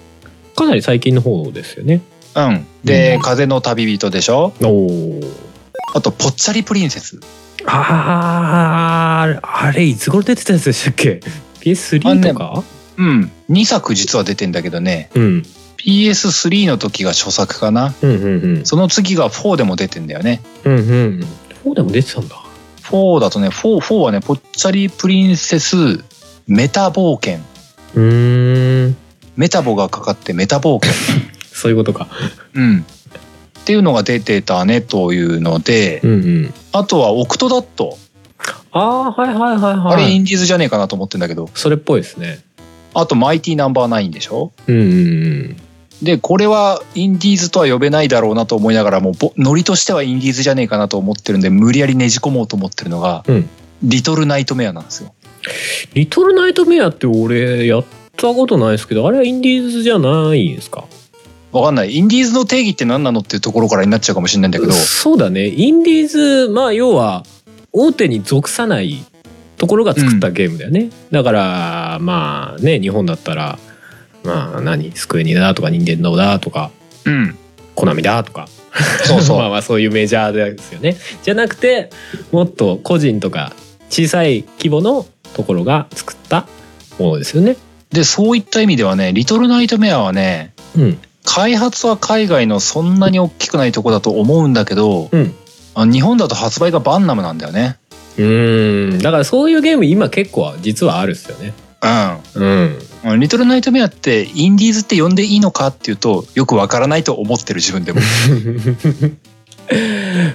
B: かなり最近の方ですよね
A: うん。で、
B: うん
A: 風の旅人でしょ
B: おお
A: あと、ぽっちゃりプリンセス。
B: あーあれいつ頃出てたやつでしたっけ PS3 とか、
A: うん。2作実は出てんだけどね、
B: うん、
A: PS3 の時が初作かな。
B: うんうんうん
A: その次が4でも出てんだよね。
B: うんうん4でも出てたんだ
A: 4だとね、4、4はね、ぽっちゃりプリンセス、メタ冒険。
B: うーん
A: メタボがかかってメタ冒険。
B: そういうことか
A: うん。っていうのが出てたねというので、
B: うんうん
A: あとはオクトダット。
B: ああーはいはいはい
A: あ
B: はい
A: れインディーズじゃねえかなと思ってんだけど、
B: それっぽいですね
A: あとマイティナンバーナインでしょ
B: うんうんうん
A: で、これはインディーズとは呼べないだろうなと思いながら、もうぼノリとしてはインディーズじゃねえかなと思ってるんで、無理やりねじ込もうと思ってるのが、
B: うん
A: リトルナイトメアなんですよ。
B: リトルナイトメアって俺やったことないですけどあれはインディーズじゃないんですか
A: わかんない。インディーズの定義って何なのっていうところからになっちゃうかもしれないんだけど、
B: そうだねインディーズまあ要は大手に属さないところが作ったゲームだよね、だからまあね日本だったらまあ何スクエニだとか任天堂だとか
A: うん。
B: コナミだとか
A: そう
B: まあ
A: そう。
B: まあそういうメジャーですよねじゃなくてもっと個人とか小さい規模のところが作ったものですよね
A: で、そういった意味ではね、リトルナイトメアはね、
B: うん
A: 開発は海外のそんなに大きくないとこだと思うんだけど、
B: うん
A: あ日本だと発売がバンナムなんだよね。
B: うーんだからそういうゲーム今結構実はあるっすよね
A: うん。
B: うん
A: うんリトルナイトメアってインディーズって呼んでいいのかっていうとよくわからないと思ってる自分でも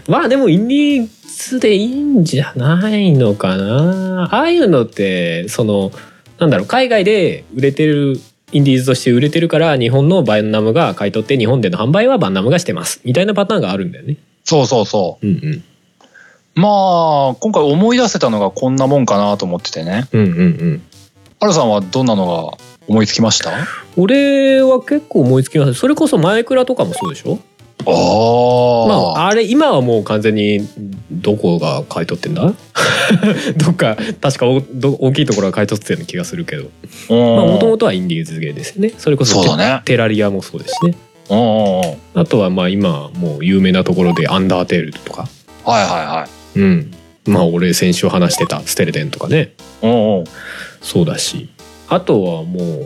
B: まあでもインディーズでいいんじゃないのかなああいうのってそのなんだろう海外で売れてるインディーズとして売れてるから日本のバンナムが買い取って日本での販売はバンナムがしてますみたいなパターンがあるんだよね。
A: そうそうそ
B: うんうん
A: うまあ今回思い出せたのがこんなもんかなと思っててね
B: うんうんうん。
A: ハルさんはどんなのが思いつきましたあ
B: 俺は結構思いつきますそれこそマイクラとかもそうでしょ
A: あ、
B: まあ、あれ今はもう完全にどこが買い取ってんだ どっか確かおど大きいところが買い取ってたような気がするけど
A: うん
B: まあもともとはインディーズゲーですよねそれこそ
A: そうだね
B: テラリアもそうですしね
A: うんうんうん
B: あとはまあ今もう有名なところで「アンダーテール」とか
A: はいは
B: うんまあ俺先週話してた「ステルデン」とかね
A: いはいうんうん
B: そうだしあとはもう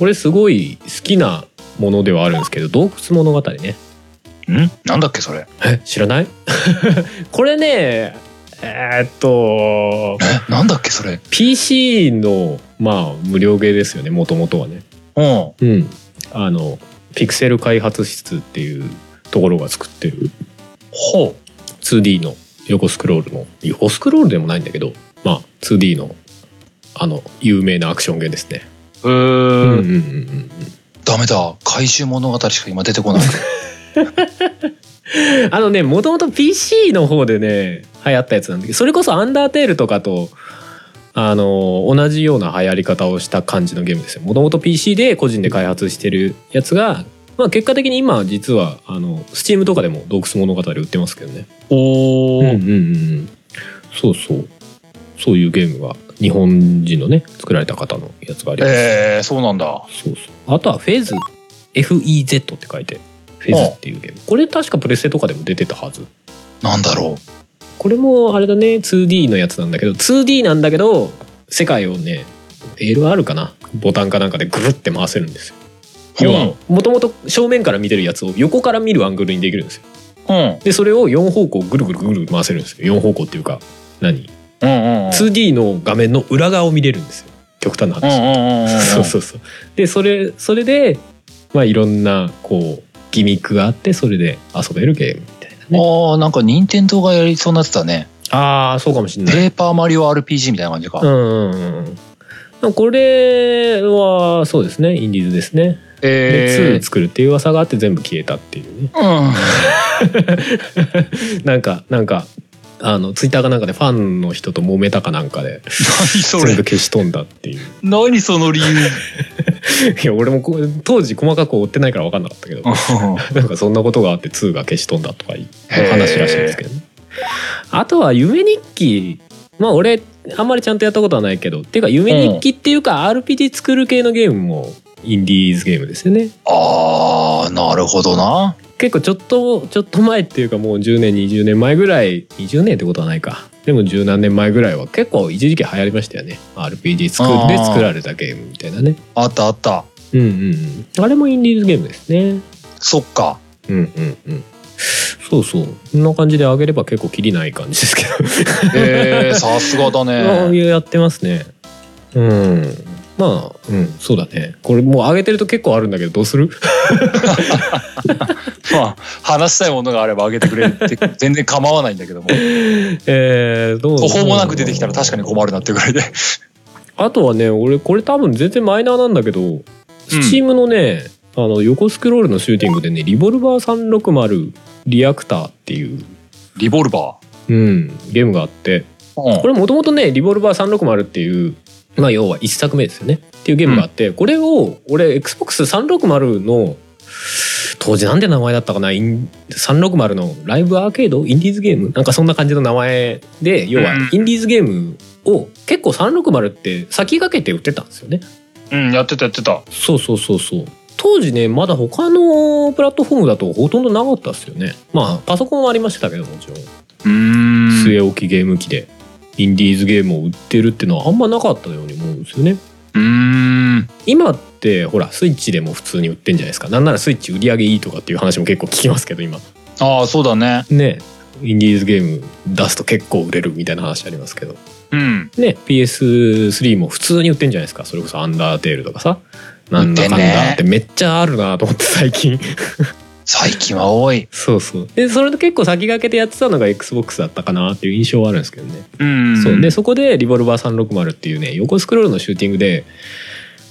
B: 俺すごい好きなものではあるんですけど「洞窟物語ね」
A: んなんだっけそれ
B: え知らない これねえーっと
A: えなんだっけそれ
B: PC のまあ無料ゲーですよねもともとはね
A: うん
B: うん、あのピクセル開発室っていうところが作ってる
A: ほ
B: 2D の横スクロールの横スクロールでもないんだけど、まあ、2D のあの有名なアクションゲーですね。
A: う
B: うんうん
A: へ
B: う
A: え
B: んうん
A: ダメだ怪獣物語しか今出てこない
B: うんあのねもともと PC の方でね流行ったやつなんだけどそれこそ「アンダーテール」とかとあの同じような流行り方をした感じのゲームですよ。もともと PC で個人で開発してるやつが、まあ、結果的に今実はあの Steam とかでも「洞窟物語」売ってますけどね。
A: おお、
B: うんうんうん、そうそうそういうゲームが日本人のね作られた方のやつがあります、
A: えー、そうなんだ
B: そうそうあとはフェズ FEZ って書いてフェズっていうゲームこれ確かプレステとかでも出てたはず
A: なんだろ
B: これもあれだね 2D のやつなんだけど 2D なんだけど世界をね LR かなボタンかなんかでぐるって回せるんですよ
A: う
B: 要はもともと正面から見てるやつを横から見るアングルにできるんですよ
A: うん
B: でそれを4方向ぐるぐるぐる回せるんですよ4方向っていうか何
A: うんうんうん
B: 2D の画面の裏側を見れるんですよ極端な
A: うん
B: 話、
A: うんうんうんうん
B: そうそうそうでそれそれでまあいろんなこうギミックがあってそれで遊べるゲームみたいなね
A: ああ、なんか任天堂がやりそうになってたね。
B: ああそうかもしんない
A: ペーパーマリオ RPG みたいな感じか。
B: うんうんうんうんこれはそうですねインディーズですね、で
A: え
B: 2作るっていう噂があって全部消えたっていうね
A: ー、うん。
B: なんかなんかあのツイッターかなんかでファンの人と揉めたかなんかで
A: 何そ
B: 全
A: れ
B: 部。消し飛んだっていう
A: 何その理由。
B: いや俺もこう当時細かく追ってないから分かんなかったけどなんかそんなことがあって2が消し飛んだとかいう
A: へー
B: 話らしいんですけどね。あとは夢日記まあ俺あんまりちゃんとやったことはないけどっていうか夢日記っていうか RPG 作る系のゲームもインディーズゲームですよね
A: ああなるほどな
B: 結構ちょっとちょっと前っていうかもう10年20年前ぐらい20年ってことはないかでも十何年前ぐらいは結構一時期流行りましたよね RPG 作
A: あ
B: るで
A: ー
B: 作られたゲームみたいなね
A: あったあった
B: うんうんうんあれもインディーズゲームですね
A: そっか
B: うんうんうんそうそうこんな感じで上げれば結構キリない感じですけど
A: えー、さすがだ
B: ああ
A: ね
B: やってますねうんまあうんそうだねこれもう上げてると結構あるんだけどどうする
A: まあ話したいものがあればあげてくれるって全然構わないんだけども
B: えー、どう
A: 途方もなく出てきたら確かに困るなっていうぐらい で
B: あとはね俺これ多分全然マイナーなんだけど Steam のね、あの横スクロールのシューティングでねリボルバー360リアクターっていう、
A: リボルバ
B: うん、ゲームがあって
A: ー、
B: これもともとねリボルバー360っていうまあ要は1作目ですよねっていうゲームがあって、これを俺 XBOX360 の当時なんて名前だったかなイン360のライブアーケードインディーズゲームなんかそんな感じの名前で要は
A: うん
B: インディーズゲームを結構360って先駆けて売ってたんですよね
A: うん、うん、やってたやってた
B: そうそうそうそう当時ねまだ他のプラットフォームだとほとんどなかったですよねまあパソコンはありましたけどもちろん
A: うーん
B: 据え置きゲーム機でインディーズゲームを売ってるっていうのはあんまなかったように思うんですよね
A: うーん
B: 今ってほらスイッチでも普通に売ってんじゃないですかなんならスイッチ売り上げいいとかっていう話も結構聞きますけど今
A: ああそうだね
B: ねインディーズゲーム出すと結構売れるみたいな話ありますけど
A: うん
B: ね PS3 も普通に売ってんじゃないですかそれこそ「アンダーテール」とかさなんだかんだってめっちゃあるなと思って最近
A: 最近は多い
B: そうそうでそれと結構先駆けてやってたのが XBOX だったかなっていう印象はあるんですけどね
A: うん
B: そうでそこで「リボルバー360」っていうね横スクロールのシューティングで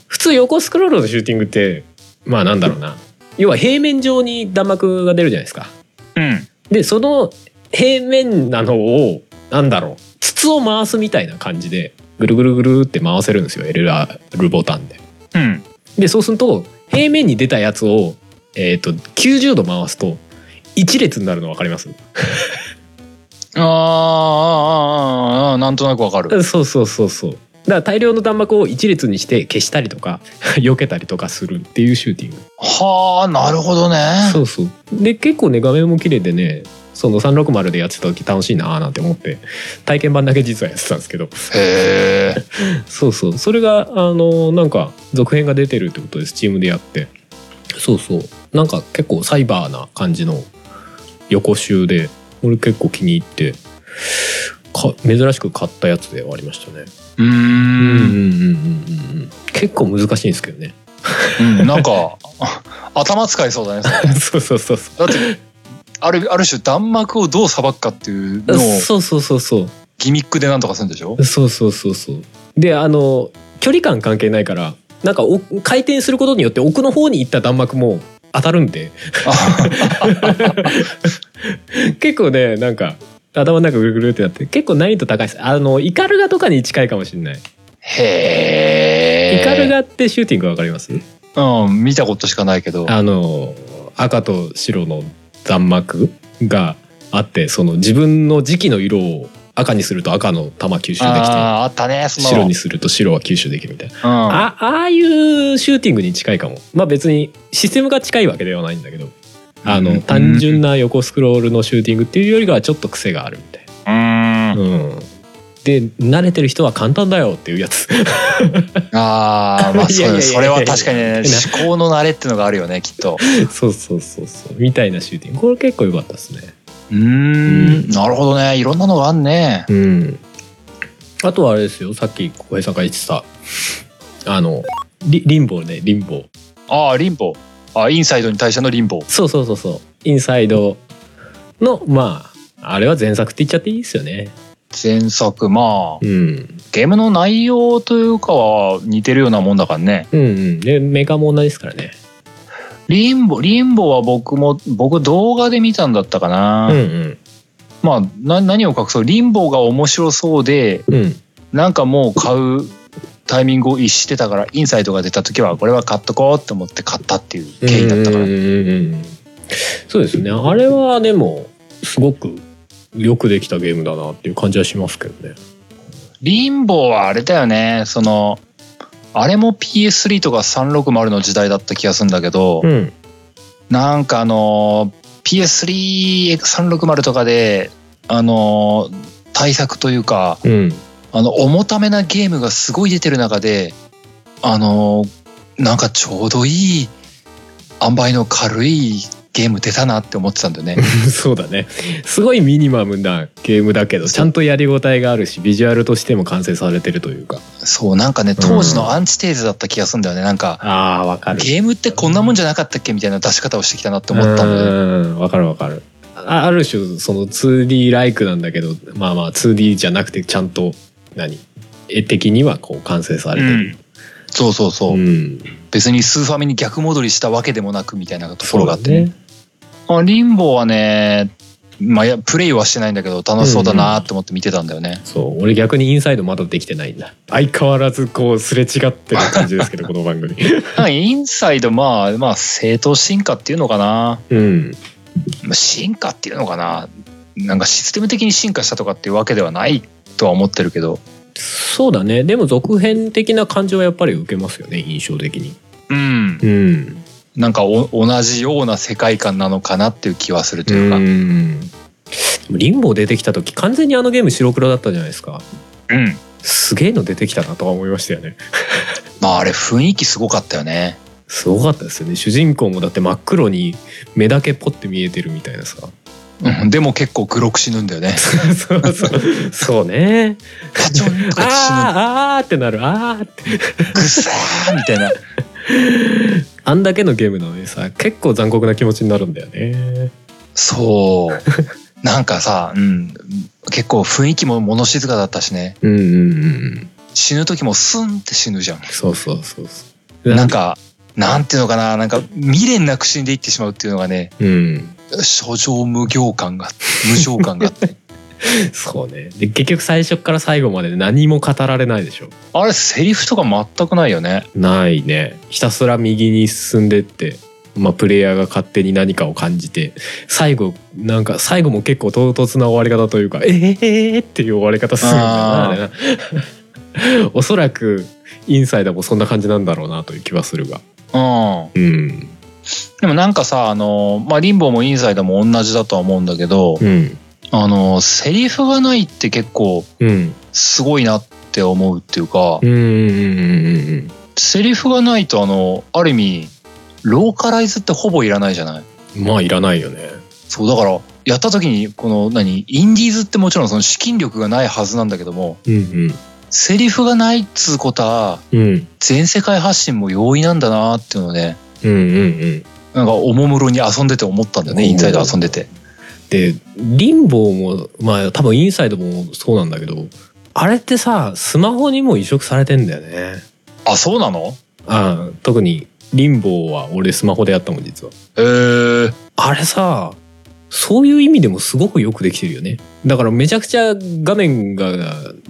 B: 普通横スクロールのシューティングってまあなんだろうな要は平面上に弾幕が出るじゃないですか。
A: うん
B: でその平面なのをなんだろう筒を回すみたいな感じでぐるぐるぐるって回せるんですよ LR ボタンで。
A: うん
B: でそうすると平面に出たやつを、えー、と90度回すと一列になるの分かります
A: あーあーあーあーあーなんとなくわかる
B: そうそうそうそうだから大量の弾幕を一列にして消したりとか 避けたりとかするっていうシューティング
A: はあなるほどね
B: そうそうで結構ね画面も綺麗でねその360でやってた時楽しいなーなんて思って体験版だけ実はやってたんですけど
A: へえ
B: そうそうそれがあのなんか続編が出てるってことで Steam でやってそうそうなんか結構サイバーな感じの横集で俺結構気に入ってか珍しく買ったやつではありましたね
A: うー
B: うんうん
A: ん
B: うんうんうんうん結構難しいんですけどね
A: うんなん か頭使いそうだね それ
B: そうそうそうそ
A: だってあるある種弾幕をどうさばくかっていう
B: う
A: のを
B: そうそうそうそう
A: ギミックでなんとかするんで しょ
B: そうそうそうそうであの距離感関係ないからなんかお回転することによって奥の方に行った弾幕も当たるんで結構ねなんか頭の中ぐるぐるってなって結構難易度高いですあのイカルガとかに近いかもしれない、
A: へえ
B: イカルガってシューティングわかります
A: うん見たことしかないけど
B: あの赤と白の弾幕があってその自分の時期の色を赤にすると赤の弾吸収できて
A: あーあったねその
B: 白にすると白は吸収できるみたいな
A: うんあ
B: あああいうシューティングに近いかもまあ別にシステムが近いわけではないんだけどあ
A: う
B: の
A: ん
B: 単純な横スクロールのシューティングっていうよりかはちょっと癖があるみたいな。
A: うん
B: うんで慣れてる人は簡単だよっていうやつ
A: あーまあ
B: いやいやいや
A: そう
B: いや
A: それは確かにね
B: いや
A: 思考の慣れっていうのがあるよねきっと
B: そうそうそうそうみたいなシューティングこれ結構良かったですね
A: うーんなるほどねいろんなのがあんね
B: うんあとはあれですよさっき小林さんが言ってたあのリリンボーねリンボー
A: ああリンボあインサイドに対してのリンボ
B: そうそうそうそうインサイドのまああれは前作って言っちゃっていいですよね
A: 前作まあ
B: うん
A: ゲームの内容というかは似てるようなもんだからね
B: うんうん。で、メカも同じですからね。
A: リンボ、リンボは僕も、僕動画で見たんだったかな。
B: うん
A: まあな、何を隠そう、リンボが面白そうで、
B: うん。うん。
A: なんかもう買うタイミングを逸してたから、インサイドが出た時は、これは買っとこうって思って買ったっていう経緯だったから。
B: うんうんうんうん。そうですね。あれはでも、すごくよくできたゲームだなっていう感じはしますけどね。
A: リンボーはあれだよね、その、あれも PS3 とか360の時代だった気がするんだけど、
B: うん
A: なんかあの、PS3360 とかで、あの、対策というか、
B: うん
A: あの、重ためなゲームがすごい出てる中で、あの、なんかちょうどいい、塩梅の軽いゲーム出たなって思ってたんだよね。
B: そうだねすごいミニマムなゲームだけどちゃんとやりごたえがあるしビジュアルとしても完成されてるというか
A: そう、なんかね、当時のアンチテーゼだった気がするんだよね。なんか、
B: あーわかる
A: ゲームってこんなもんじゃなかったっけみたいな出し方をしてきたなって思ったんだよね。
B: うんわかるわかるあある種その 2D ライクなんだけどまあまあ 2D じゃなくてちゃんと何絵的にはこう完成されてる、
A: そうそうそう、
B: うん
A: 別にスーファミに逆戻りしたわけでもなくみたいなとこ
B: そ
A: ろ
B: う
A: があ
B: だ
A: ってね
B: ね
A: あリンボーはね、まあ、いやプレイはしてないんだけど楽しそうだなって思って見てたんだよね、
B: そう俺逆にインサイドまだできてないんだ相変わらずこうすれ違ってる感じで すけどこの番
A: な
B: 組
A: んかインサイドまあまあ正当進化っていうのかな
B: うん
A: まあ進化っていうのかななんかシステム的に進化したとかっていうわけではないとは思ってるけど
B: そうだねでも続編的な感じはやっぱり受けますよね印象的に
A: うん
B: うん
A: なんかお同じような世界観なのかなっていう気はするというか
B: うんリンボー出てきた時完全にあのゲーム白黒だったじゃないですか
A: うん
B: すげえの出てきたなとは思いましたよね
A: まああれ雰囲気すごかったよね
B: すごかったですよね主人公もだって真っ黒に目だけポッて見えてるみたいなさ
A: うん、でも結構グロく死ぬんだ よね。
B: そうそうそうね
A: カチョンとか死
B: あーあーってなるあーって
A: ぬ。ぐさーみたいな。
B: あんだけのゲームなのにさ結構残酷な気持ちになるんだよね
A: そう。なんかさ、うん。結構雰囲気も物静かだったしね。
B: うんうんうん
A: 死ぬ時もスンって死ぬじゃん。
B: そうそうそうそう
A: なんか、なんていうのかな。なんか未練なく死んでいってしまうっていうのがね、
B: うん
A: 諸情無行感が、無情感があって。
B: そうねで結局最初から最後まで何も語られないでしょ
A: あれ、セリフとか全くないよね。
B: ないねひたすら右に進んでってまあプレイヤーが勝手に何かを感じて最後なんか最後も結構唐突な終わり方というか「えー!」っていう終わり方するんだよ
A: あー
B: なあれなおそらくインサイダーもそんな感じなんだろうなという気はするが
A: うん。
B: うん
A: でもなんかさ、あの、まあ、リンボーもインサイドも同じだとは思うんだけど、
B: うん
A: あの、セリフがないって結構、
B: うん
A: すごいなって思うっていうか、
B: うんうんうん
A: セリフがないとあのある意味ローカライズってほぼいらないじゃない
B: うんまあいらないよね
A: そうだからやった時にこの何インディーズってもちろんその資金力がないはずなんだけども
B: うん
A: セリフがないっつうことは
B: うんうん
A: 全世界発信も容易なんだなっていうのをね
B: うんうんうん
A: なんかおもむろに遊んでて思ったんだよねインサイド遊んでて
B: でリンボーもまあ多分インサイドもそうなんだけどあれってさスマホにも移植されてんだよね
A: あそうなの
B: ああ特にリンボーは俺スマホでやったもん実は
A: へえ
B: あれさそういう意味でもすごくよくできてるよねだからめちゃくちゃ画面が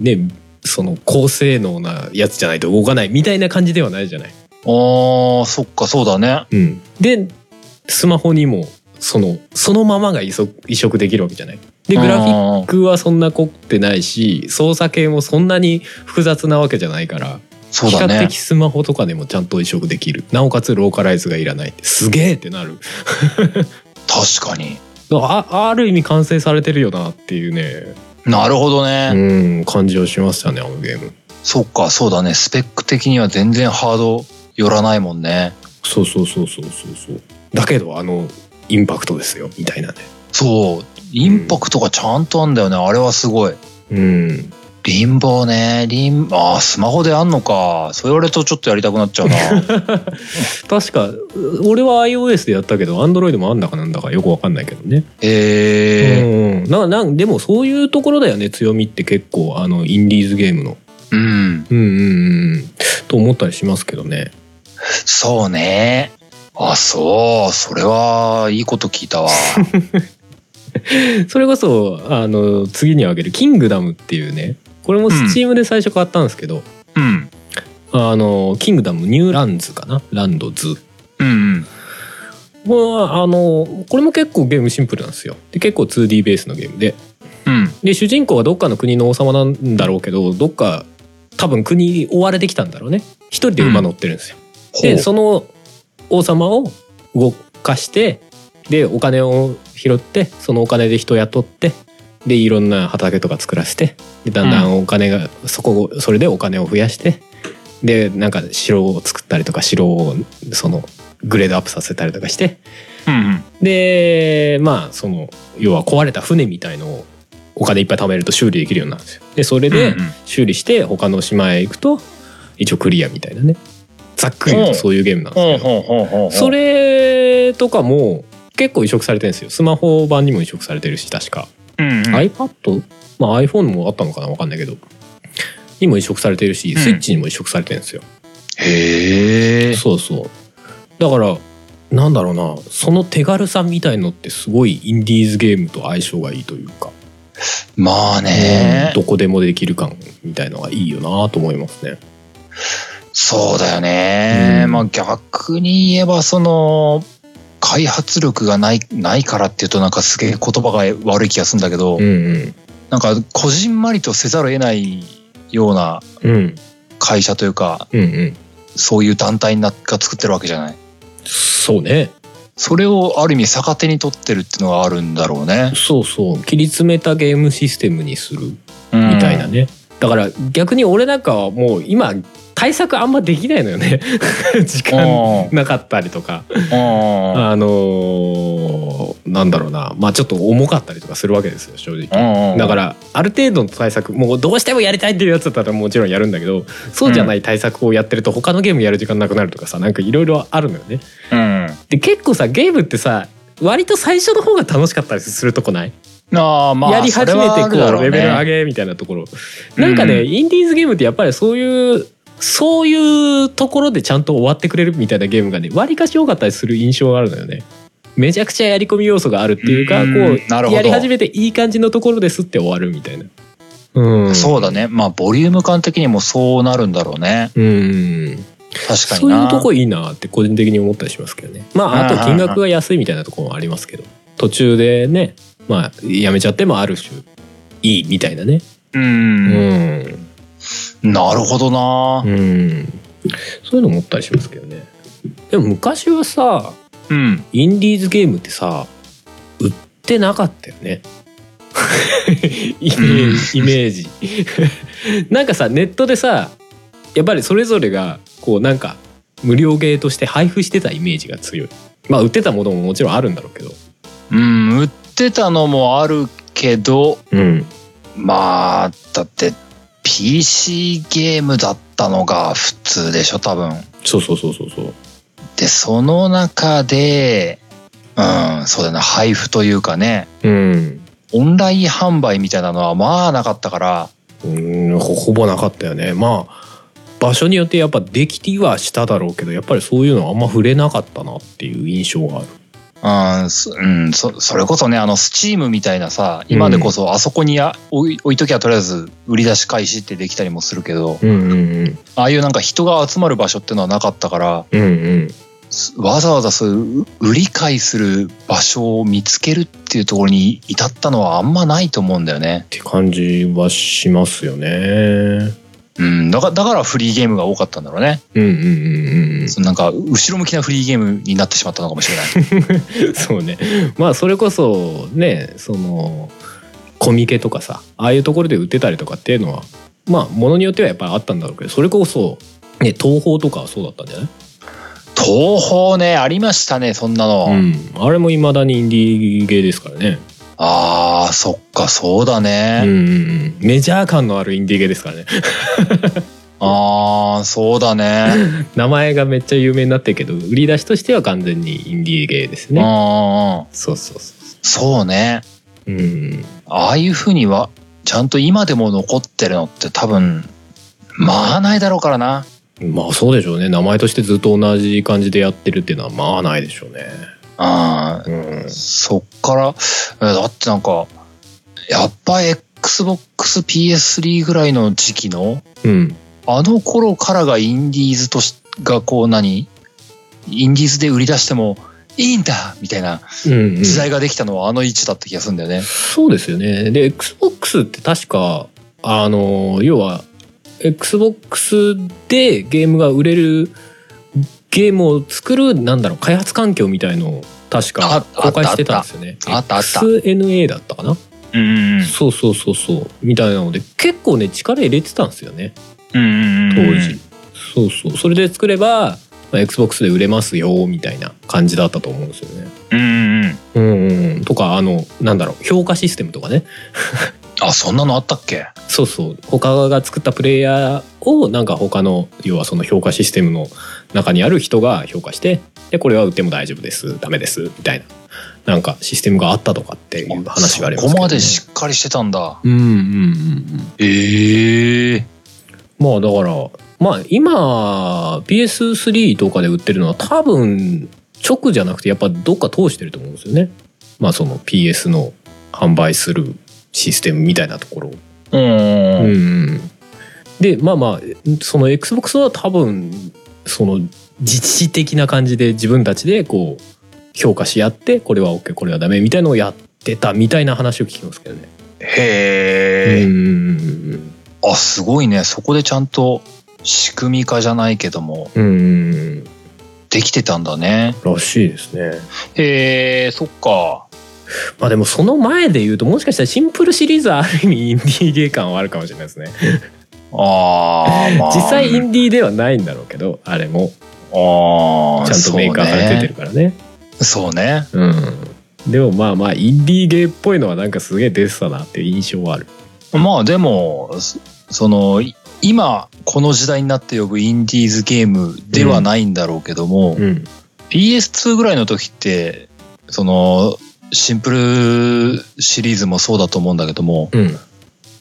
B: ねその高性能なやつじゃないと動かないみたいな感じではないじゃない
A: あーそっかそうだね
B: うんでスマホにもそのそのままが移植移植できるわけじゃないでグラフィック
A: ック
B: 僕はそんな凝ってないし操作系もそんなに複雑なわけじゃないから、
A: そう
B: 比
A: だ
B: 較
A: ね
B: 的スマホとかでもちゃんと移植できるなおかつローカライズがいらないってすげえってなる
A: 確かに
B: あある意味完成されてるよなっていうね
A: なるほどね、
B: うん感じをしましたねあのゲーム
A: そっか、そうだね。スペック的には全然ハード寄らないもんね。
B: そうそうそうそうそうそうだけどあのインパクトですよみたいなね
A: そう。インパクトがちゃんとあんだよね。あれはすごい。
B: うん
A: リンボーね。リン、あースマホであんのか。そう言われるとちょっとやりたくなっ ちゃうな。
B: 確かう俺は iOS でやったけど Android もあんだかなんだかよくわかんないけどね
A: ええ
B: うんうん、ななんでもそういうところだよね強みって結構あのインディーズゲームの。
A: うん。
B: うんうんうんと思ったりしますけどね。
A: そうね。あ、そう。それは、いいこと聞いたわ。
B: それこそあの次に挙げる「キングダム」っていうねこれもスチームで最初買ったんですけど、
A: うん。
B: あのキングダムニューランズかなランドズ。
A: うんうん。
B: これはあのこれも結構ゲームシンプルなんですよで結構 2D ベースのゲームで
A: うんうん。
B: で主人公はどっかの国の王様なんだろうけどどっか多分国に追われてきたんだろうね一人で馬乗ってるんですよ、
A: ほう
B: でその王様を動かしてでお金を拾ってそのお金で人雇ってでいろんな畑とか作らせてでだんだんお金が、そこをそれでお金を増やしてでなんか城を作ったりとか城をそのグレードアップさせたりとかして
A: うんうん。
B: でまあその要は壊れた船みたいのをお金いっぱい貯めると修理できるようになるんですよでそれで
A: うんうん
B: 修理して他の島へ行くと一応クリアみたいなねざっくり言うとそういうゲームなんです
A: ほう
B: けど
A: ほうほうほう。
B: そ。れとかも結構移植されてるんですよスマホ版にも移植されてるし確か、
A: うん、うん。
B: iPad、まあ、iPhone もあったのかな分かんないけどにも移植されてるし
A: うん
B: スイッチにも移植されてるんですよ、
A: へえ。
B: そうそうだからなんだろうなその手軽さみたいのってすごいインディーズゲームと相性がいいというか、
A: まあね
B: うん。どこでもできる感みたいのがいいよなと思いますね
A: そうだよね。
B: うん
A: まあ逆に言えば、その、開発力がない、ないからっていうとなんかすげえ言葉が悪い気がするんだけど、
B: うんうん
A: なんかこじんまりとせざるを得ないような
B: うん
A: 会社というか、
B: うんうん
A: そういう団体なが作ってるわけじゃない。
B: そうね
A: それをある意味逆手に取ってるっていうのがあるんだろうね。
B: そうそう切り詰めたゲームシステムにする
A: うん
B: みたいな。ね、だから逆に俺なんかはもう今対策あんまできないのよね 時間
A: うん
B: なかったりとか
A: うん
B: あのーなんだろうなまあちょっと重かったりとかするわけですよ正直。
A: うん
B: だからある程度の対策もうどうしてもやりたいっていうやつだったらもちろんやるんだけどそうじゃない対策をやってると他のゲームやる時間なくなるとかさなんかいろいろあるのよね。
A: うん。
B: で結構さゲームってさ割と最初の方が楽しかったりするとこない
A: ああまあ、
B: やり始めてこ
A: それはあるだろ
B: うレベル
A: ね
B: 上げみたいなところなんかね、
A: うん
B: インディーズゲームってやっぱりそういうそういうところでちゃんと終わってくれるみたいなゲームがね割かし多かったりする印象があるのよねめちゃくちゃやり込み要素があるっていうか、
A: うん
B: こ
A: なる
B: う
A: ほど
B: やり始めていい感じのところですって終わるみたいなうん
A: そうだね。まあ、ボリューム感的にもそうなるんだろうね。
B: うん
A: 確かに
B: そう
A: な。
B: いうとこいいなって個人的に思ったりしますけどねまああと金額が安いみたいなところもありますけど途中でねまあやめちゃってもある種いいみたいなね
A: うん。
B: うん
A: なるほどな。
B: うん、そういうの思ったりしますけどねでも昔はさ
A: うん。
B: インディーズゲームってさ売ってなかったよ ねイメージイメージ なんかさネットでさやっぱりそれぞれがこうなんか無料ゲーとして配布してたイメージが強いまあ売ってたものももちろんあるんだろうけど
A: うん。売ってたのもあるけど、
B: うん
A: まあ、だって、PC ゲームだったのが普通でしょ、多分。
B: そうそうそうそうそう
A: で、その中で、うん、そうだな、配布というかね、
B: うん
A: オンライン販売みたいなのはまあなかったから、
B: うんほほぼなかったよねまあ場所によってやっぱできてはしただろうけどやっぱりそういうのはあんま触れなかったなっていう印象がある
A: うん、そうん、そそれこそね、あの、スチームみたいなさ、今でこそあそこにあ置い置いときゃとりあえず売り出し開始ってできたりもするけど、
B: うんうん
A: ああいうなんか人が集まる場所ってのはなかったから、
B: うんうん
A: すわざわざそういう売り買いする場所を見つけるっていうところに至ったのはあんまないと思うんだよね
B: っ。て感じはしますよね
A: うん、だからだからフリーゲームが多かったんだろうね。
B: うんうんうんうん
A: そのなんか、後ろ向きなフリーゲームになってしまったのかもしれ ない。
B: そうねまあそれこそねそのコミケとかさああいうところで売ってたりとかっていうのはまあものによってはやっぱりあったんだろうけどそれこそ、ね、東宝とかはそうだったんじゃない
A: 東宝ね、ありましたね、そんなの。
B: うん、あれも未だにインディーゲーですからね
A: ああ、そっか、そうだね。
B: うんうんうんメジャー感のあるインディーゲーですからね
A: ああ、そうだね。
B: 名前がめっちゃ有名になってるけど売り出しとしては完全にインディーゲーです
A: うんう
B: ね
A: んうん。
B: そうそうそ
A: そうね。
B: ううん
A: ああいうふうには、ちゃんと今でも残ってるのって多分、まあないだろうからな。
B: まあそうでしょうね名前としてずっと同じ感じでやってるっていうのはまあないでしょうね
A: ああ、
B: うん
A: そっから、えだってなんか、やっぱ Xbox、PS3 ぐらいの時期の、
B: うん
A: あの頃からがインディーズとし、がこう何インディーズで売り出しても、いいんだみたいな
B: うんうん
A: 時代ができたのはあの位置だった気がするんだよね。
B: そうですよね。で、Xbox って確か、あの、要は、Xbox でゲームが売れる、ゲームを作る、なんだろう、開発環境みたいのを確
A: ああっ
B: か
A: た
B: 公開してたんですよね。
A: あったあった
B: XNA だったかな、
A: うんうん
B: そうそうそうそう。みたいなので、結構ね、力入れてたんですよね、
A: うんうんうん
B: 当時。そうそう。それで作れば、まあ Xbox で売れますよ、みたいな感じだったと思うんですよね。
A: うんうんうん
B: うんうん。とか、あの、なんだろう、評価システムとかね。
A: あそんなのあったっけ
B: そうそう他が作ったプレイヤーをなんか他の要はその評価システムの中にある人が評価してでこれは売っても大丈夫ですダメですみたいななんかシステムがあったとかっていう話があります
A: そ
B: けどね
A: こまでしっかりしてたんだ。
B: うんうんうん
A: ええ
B: うんまあだからまあ今 PS3 とかで売ってるのは多分直じゃなくてやっぱどっか通してると思うんですよねまあその PS の販売するシステムみたいなところを
A: うんうん
B: うん、でまあまあその XBOX は多分その自治的な感じで自分たちでこう評価し合ってこれは OK これはダメみたいのをやってたみたいな話を聞きますけどね。
A: へえ、
B: うん
A: あすごいねそこでちゃんと仕組み化じゃないけども
B: うんうん
A: できてたんだね。
B: らしいですね。
A: へえそっか。
B: まあでもその前で言うともしかしたらシンプルシリーズはある意味インディーゲー感はあるかもしれないですね。
A: ああ まあ
B: 実際インディーではないんだろうけどあれも
A: あ
B: ちゃんとメーカーされててるからね。
A: そうねそうね
B: うん、でもまあまあインディーゲーっぽいのはなんかすげえ出てたなっていう印象はある
A: まあでもそそのい今この時代になって呼ぶインディーズゲームではないんだろうけども、
B: ん
A: PS2 ぐらいの時ってそのシンプルシリーズもそうだと思うんだけども
B: うん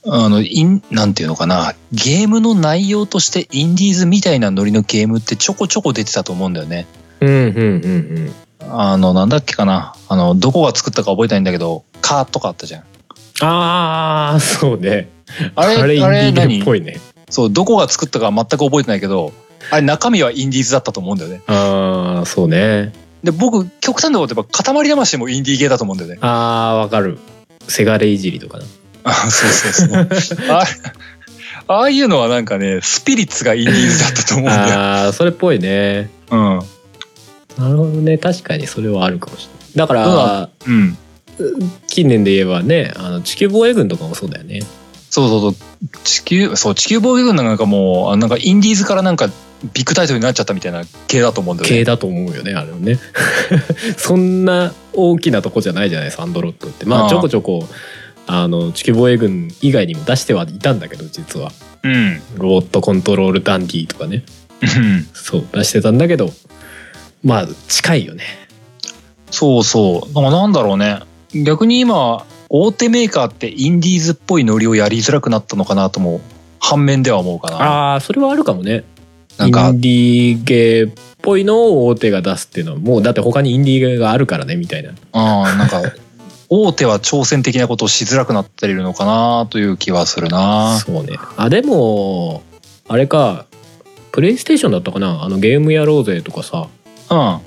A: あのインなんていうのかなゲームの内容としてインディーズみたいなノリのゲームってちょこちょこ出てたと思うんだよね。
B: うんうんうん
A: あのなんだっけかなあのどこが作ったか覚えてないんだけど「カー」とかあったじゃん。
B: ああそうね
A: あれ、あれ
B: インディーゲー
A: 何
B: っぽいね
A: そう、どこが作ったか全く覚えてないけど、あれ中身はインディーズだったと思うんだよね。
B: ああそうね。
A: で、僕、極端なこと言えば、塊魂もインディーゲーだと思うんだよね
B: あーわかるせがれいじりとかな
A: あそうそうそう。あああいうのはなんかね、スピリッツがインディーズだったと思うんだよ。
B: ああーそれっぽいね
A: うん。
B: なるほどね確かにそれはあるかもしれないだから
A: うん。
B: 近年で言えばねあの地球防衛軍とかもそうだよね
A: そうそうそう。地球、そう、地球防衛軍なんかもう、あなんかインディーズからなんかビッグタイトルになっちゃったみたいな系だと思うんだよ
B: 系
A: ね。
B: だと思うよねあれはね そんな大きなとこじゃないじゃないサンドロットってま
A: あ
B: あ
A: あ
B: ちょこちょこあの地球防衛軍以外にも出してはいたんだけど実は
A: うん。
B: ロボットコントロールダンディとかねそう出してたんだけどまあ近いよね
A: そうそう。なんかなんだろうね。逆に今、大手メーカーってインディーズっぽいノリをやりづらくなったのかなとも、反面では思うかな。
B: ああそれはあるかもね
A: なんか
B: インディーゲーっぽいのを大手が出すっていうのはもうだって他にインディーゲーがあるからねみたいな
A: あーなんか、 大手は挑戦的なことをしづらくなっているのかなという気はするな。
B: そうねあでもあれかプレイステーションだったかなあのゲームやろうぜとかさ
A: うん。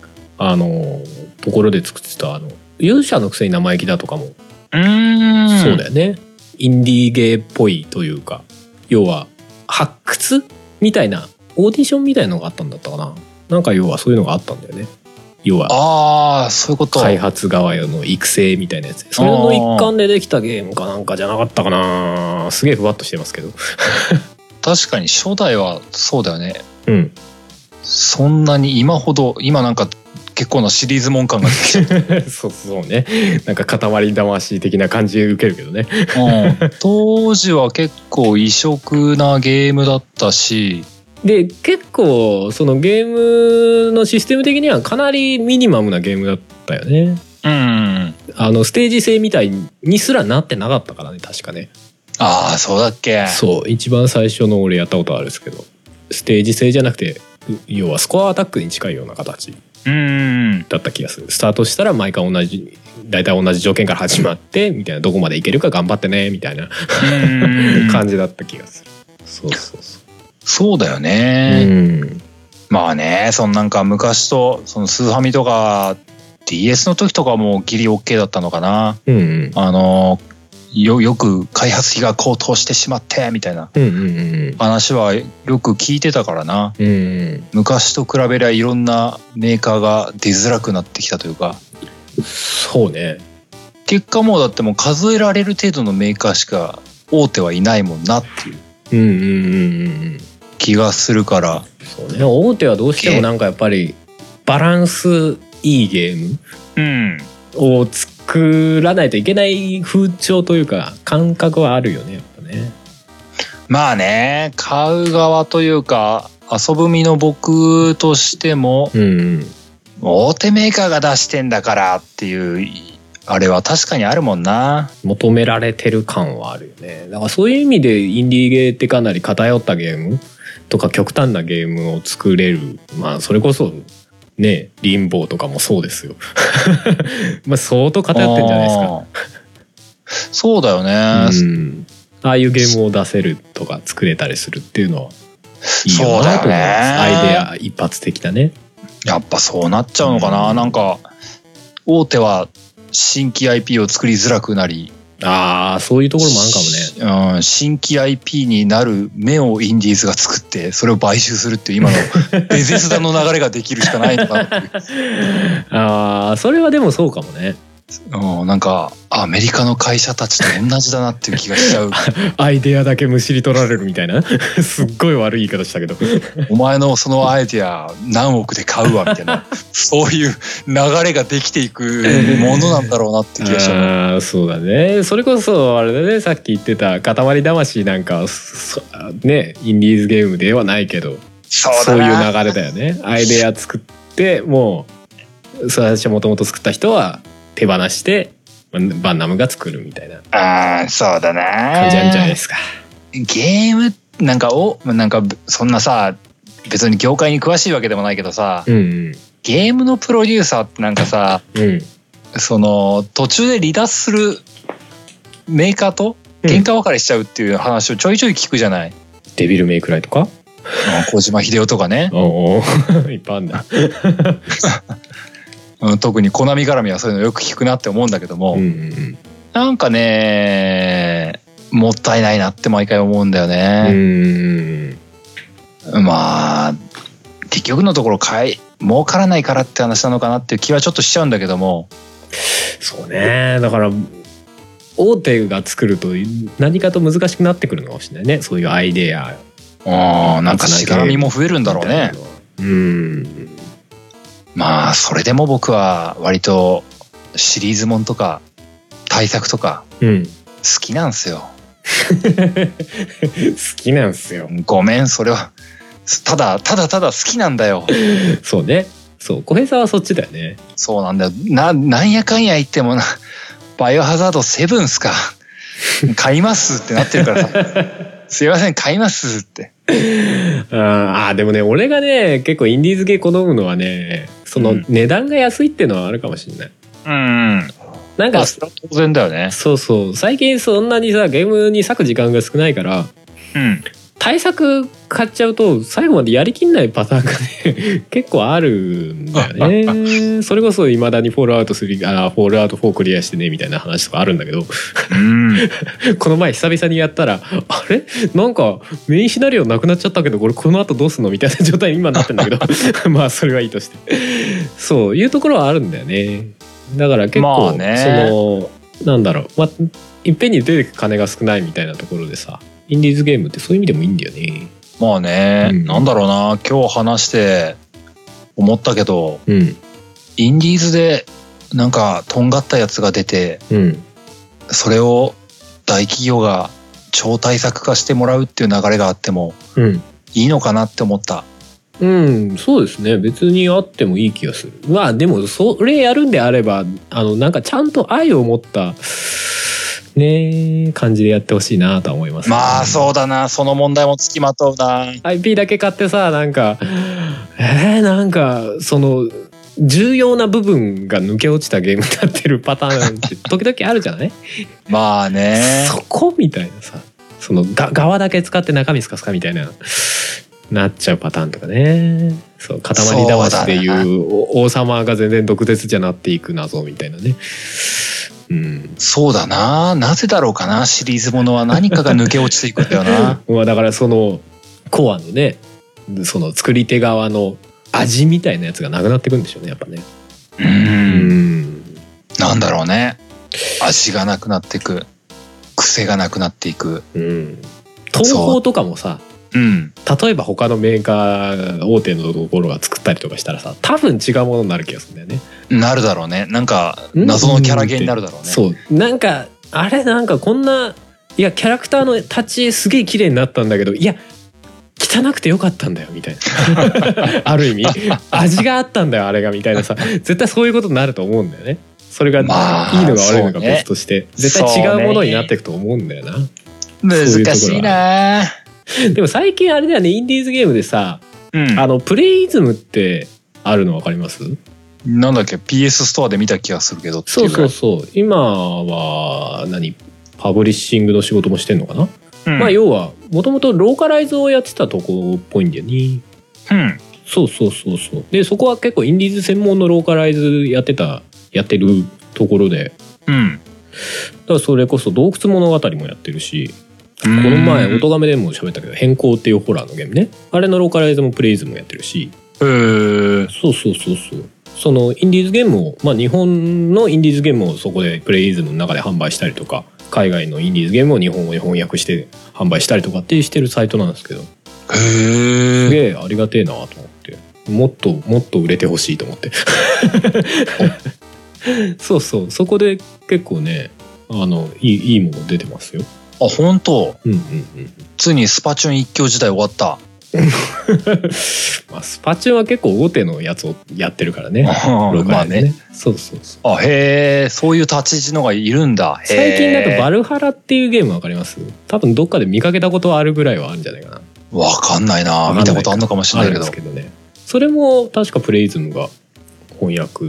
B: あのところで作ってたあの勇者のくせに生意気だとかも、
A: うーん。
B: そうだよねインディーゲーっぽいというか要は発掘みたいなオーディションみたいなのがあったんだったかななんか要はそういうのがあったんだよね要は
A: ああ、そういうこと。
B: 開発側の育成みたいなやつそれの一環でできたゲームかなんかじゃなかったかなすげえふわっとしてますけど
A: 確かに初代はそうだよね。
B: うん
A: そんなに今ほど、今なんか結構なシリーズもん感が出てきて
B: そうそうねなんか塊魂的な感じ受けるけどね
A: うん、当時は結構異色なゲームだったし、
B: で結構そのゲームのシステム的にはかなりミニマムなゲームだったよね
A: うん、
B: あのステージ制みたいにすらなってなかったからね確かね
A: ああそうだっけ
B: そう一番最初の俺やったことあるんですけどステージ制じゃなくてう要はスコアアタックに近いような形
A: うん
B: だった気がするスタートしたら毎回同じ大体同じ条件から始まってみたいなどこまでいけるか頑張ってねみたいな
A: うん
B: 感じだった気がする、そうそうそう、
A: そうだよね、
B: うん
A: まあねそのなんか昔とそのスーハミとか DS の時とかはもうギリ OK だったのかな。
B: うんうん
A: あのーよ、よく開発費が高騰してしまって、みたいな
B: うんうんうん
A: 話はよく聞いてたからな。
B: うんうん
A: 昔と比べりゃいろんなメーカーが出づらくなってきたというか、
B: そうね
A: 結果もうだってもう数えられる程度のメーカーしか大手はいないもんなっていう
B: うんうんうんうんうん
A: 気がするから、
B: そうね大手はどうしてもなんかやっぱりバランスいいゲーム
A: うん。
B: を作らないといけない風潮というか感覚はあるよねやっぱね
A: まあね、買う側というか、遊ぶ身の僕としても、
B: うん
A: 大手メーカーが出してんだからっていう、あれは確かにあるもんな。
B: 求められてる感はあるよねだからそういう意味でインディーゲーってかなり偏ったゲームとか極端なゲームを作れるまあそれこそねリンボーとかもそうですよ まあ相当偏ってんじゃないですか
A: すか。そうだよね。
B: うん、ああいうゲームを出せるとか作れたりするっていうのはいい
A: そ
B: よ
A: うだ
B: な
A: よ
B: と思います、
A: ね
B: アイデア一発的なね
A: やっぱそうなっちゃうのかな。
B: うん
A: なんか、大手は新規 IP を作りづらくなり、
B: ああそういうところもあるかもね
A: ね。うん、新規 IP になる目をインディーズが作って、それを買収するっていう今の ベゼスダの流れができるしかないのかなっていう。
B: ああそれはでもそうかもね
A: うん、なんか、アメリカの会社たちと同じだなっていう気がしち ゃう。
B: アイデアだけむしり取られるみたいな すっごい悪い言い方したけど
A: お前のそのアイディア何億で買うわみたいな、そういう流れができていくものなんだろうなって気がしちゃう。
B: あーそうだねそれこそあれだねさっき言ってた「塊魂」なんかはそねインディーズゲームではないけど
A: そ
B: そういう
A: な
B: 流れだよねアイデア作ってもう最初もともと作った人は手放してバンナムが作るみたいな
A: ああ、そうだな。
B: 感じなんじゃないですか、
A: ゲームなんかをなんかそんなさ別に業界に詳しいわけでもないけどさ
B: うん
A: ゲームのプロデューサーってなんかさ
B: うんうん
A: その途中で離脱するメーカーと
B: うん
A: 喧嘩別れしちゃうっていう話をちょいちょい聞くじゃない、
B: デビルメイクライとか
A: あの小島秀夫とかね、
B: おうおう いっぱいあんだ
A: うん、特にコナミ絡みはそういうのよく聞くなって思うんだけども、
B: うんうん
A: なんかねもったいないなって毎回思うんだよ
B: うん
A: ね、
B: うん
A: まあ結局のところ買い儲からないからって話なのかなっていう気はちょっとしちゃうんだけども、
B: そうねだから大手が作ると何かと難しくなってくるのかもしれないねそういうアイデア
A: ああ、なんかしがらみも増えるんだろうね。
B: うん
A: まあ、それでも僕は割とシリーズもんとか対策とか
B: うん 好
A: 好きなんすよ。
B: きなんすよ
A: ごめん、それは。ただ、ただただ好きなんだよ。
B: そうねそう小平さんはそっちだよね
A: そうなんだよ。な、なんやかんや言ってもな、バイオハザードセブンっすか。買いますってなってるからさ。すいません、買いますって。
B: ああでもね俺がね結構インディーズ系好むのはねその
A: うん
B: 値段が安いってのはあるかもしれない
A: うん。
B: な
A: ま
B: んか
A: あ、それは当然だよね。
B: そうそう最近そんなにさゲームに割く時間が少ないから
A: うん。
B: 対策買っちゃうと最後までやりきんないパターンがね結構あるんだよ ねそれこそいまだに「フォールアウト3」あ「フォールアウト4クリアしてね」みたいな話とかあるんだけど
A: うん。
B: この前久々にやったら「あれなんかメインシナリオなくなっちゃったけどこれこの後どうすんの?」みたいな状態に今なってんだけど まあそれはいいとしてそういうところはあるんだよねだから結
A: まあ
B: 構、
A: ね
B: そのなんだろう、まあ、いっぺんに出てく金が少ないみたいなところでさインディーズゲームってそういう意味でもいいんだよね。
A: まあね、
B: うん
A: なんだろうな、今日話して思ったけど、
B: うん
A: インディーズでなんかとんがったやつが出て
B: うん、
A: それを大企業が超対策化してもらうっていう流れがあっても
B: うん、
A: いいのかなって思った
B: うん、そうですね別にあってもいい気がするまあでもそれやるんであればあのなんかちゃんと愛を持ったね感じでやってほしいなとは思います、
A: まあ
B: う
A: そうだなその問題もつきまとうな
B: IP だけ買ってさなんかえー、なんかその重要な部分が抜け落ちたゲームになってるパターンって時々あるじゃない、
A: まあね
B: そこみたいなさそのが側だけ使って中身スカスカみたいななっちゃうパターンとかねそう塊魂でいうお王様が全然毒舌じゃなっていく謎みたいなねうん
A: そうだななぜだろうかなシリーズものは何かが抜け落ちていくんだよ な
B: まあだからそのコアのねその作り手側の味みたいなやつがなくなってくんでしょうねやっぱね
A: う
B: うんん
A: なんだろうね味がなくなっていく癖がなくなっていく
B: うん東宝とかもさ
A: うん
B: 例えば他のメーカー大手のところが作ったりとかしたらさ多分違うものになる気がするんだよね
A: なるだろうねなんか
B: うん
A: 謎のキャラゲーになるだろうね
B: そうなんかあれなんかこんないやキャラクターの立ち絵すげえ綺麗になったんだけどいや汚くてよかったんだよみたい なある意味味があったんだよあれがみたいなさ絶対そういうことになると思うんだよねそれがいいの
A: まあ
B: が悪いの
A: そ
B: か
A: うね
B: 別として、絶対違うものになっていくと思うんだよな、
A: 難
B: そういうところは
A: しいな
B: でも最近あれだよねインディーズゲームでさ
A: うん
B: あのプレイイズムってあるの分かります
A: なんだっけ PS ストアで見た気がするけどってい
B: そううそう
A: そ
B: そう今は何パブリッシングの仕事もしてんのかな
A: うん
B: まあ要はもともとローカライズをやってたとこっぽいんだよね
A: うん
B: そうそうそうそうでそこは結構インディーズ専門のローカライズやってたやってるところで
A: うん
B: だからそれこそ洞窟物語もやってるしこの前音亀でも喋ったけど「変更」っていうホラーのゲームねあれのローカライズもプレイズもやってるし
A: うんへえ
B: そうそうそうそうそのインディーズゲームをまあ日本のインディーズゲームをそこでプレイイズムの中で販売したりとか海外のインディーズゲームを日本語に翻訳して販売したりとかってしてるサイトなんですけど
A: へ
B: す
A: え
B: げえありがてえなと思ってもっともっと売れてほしいと思って そうそうそこで結構ねあのいいいいもの出てますよ
A: あ本当
B: うんうんうん
A: ついにスパチューン一強時代終わった
B: まあスパチュンは結構大手のやつをやってるからねローカ
A: まあ
B: ルで
A: ね
B: そうそうそう
A: あへえそういう立ち位置のがいるんだへ
B: 最近だと「バ
A: ル
B: ルハラ」っていうゲームわかります多分どっかで見かけたことはあるぐらいはあるんじゃないかな
A: わかんないな
B: わかんな
A: 見
B: い
A: た
B: か
A: ことあんのかもしれ
B: あ
A: な
B: る
A: い
B: ん
A: け
B: で
A: ど
B: すけどねそれも確かプレイズムが翻訳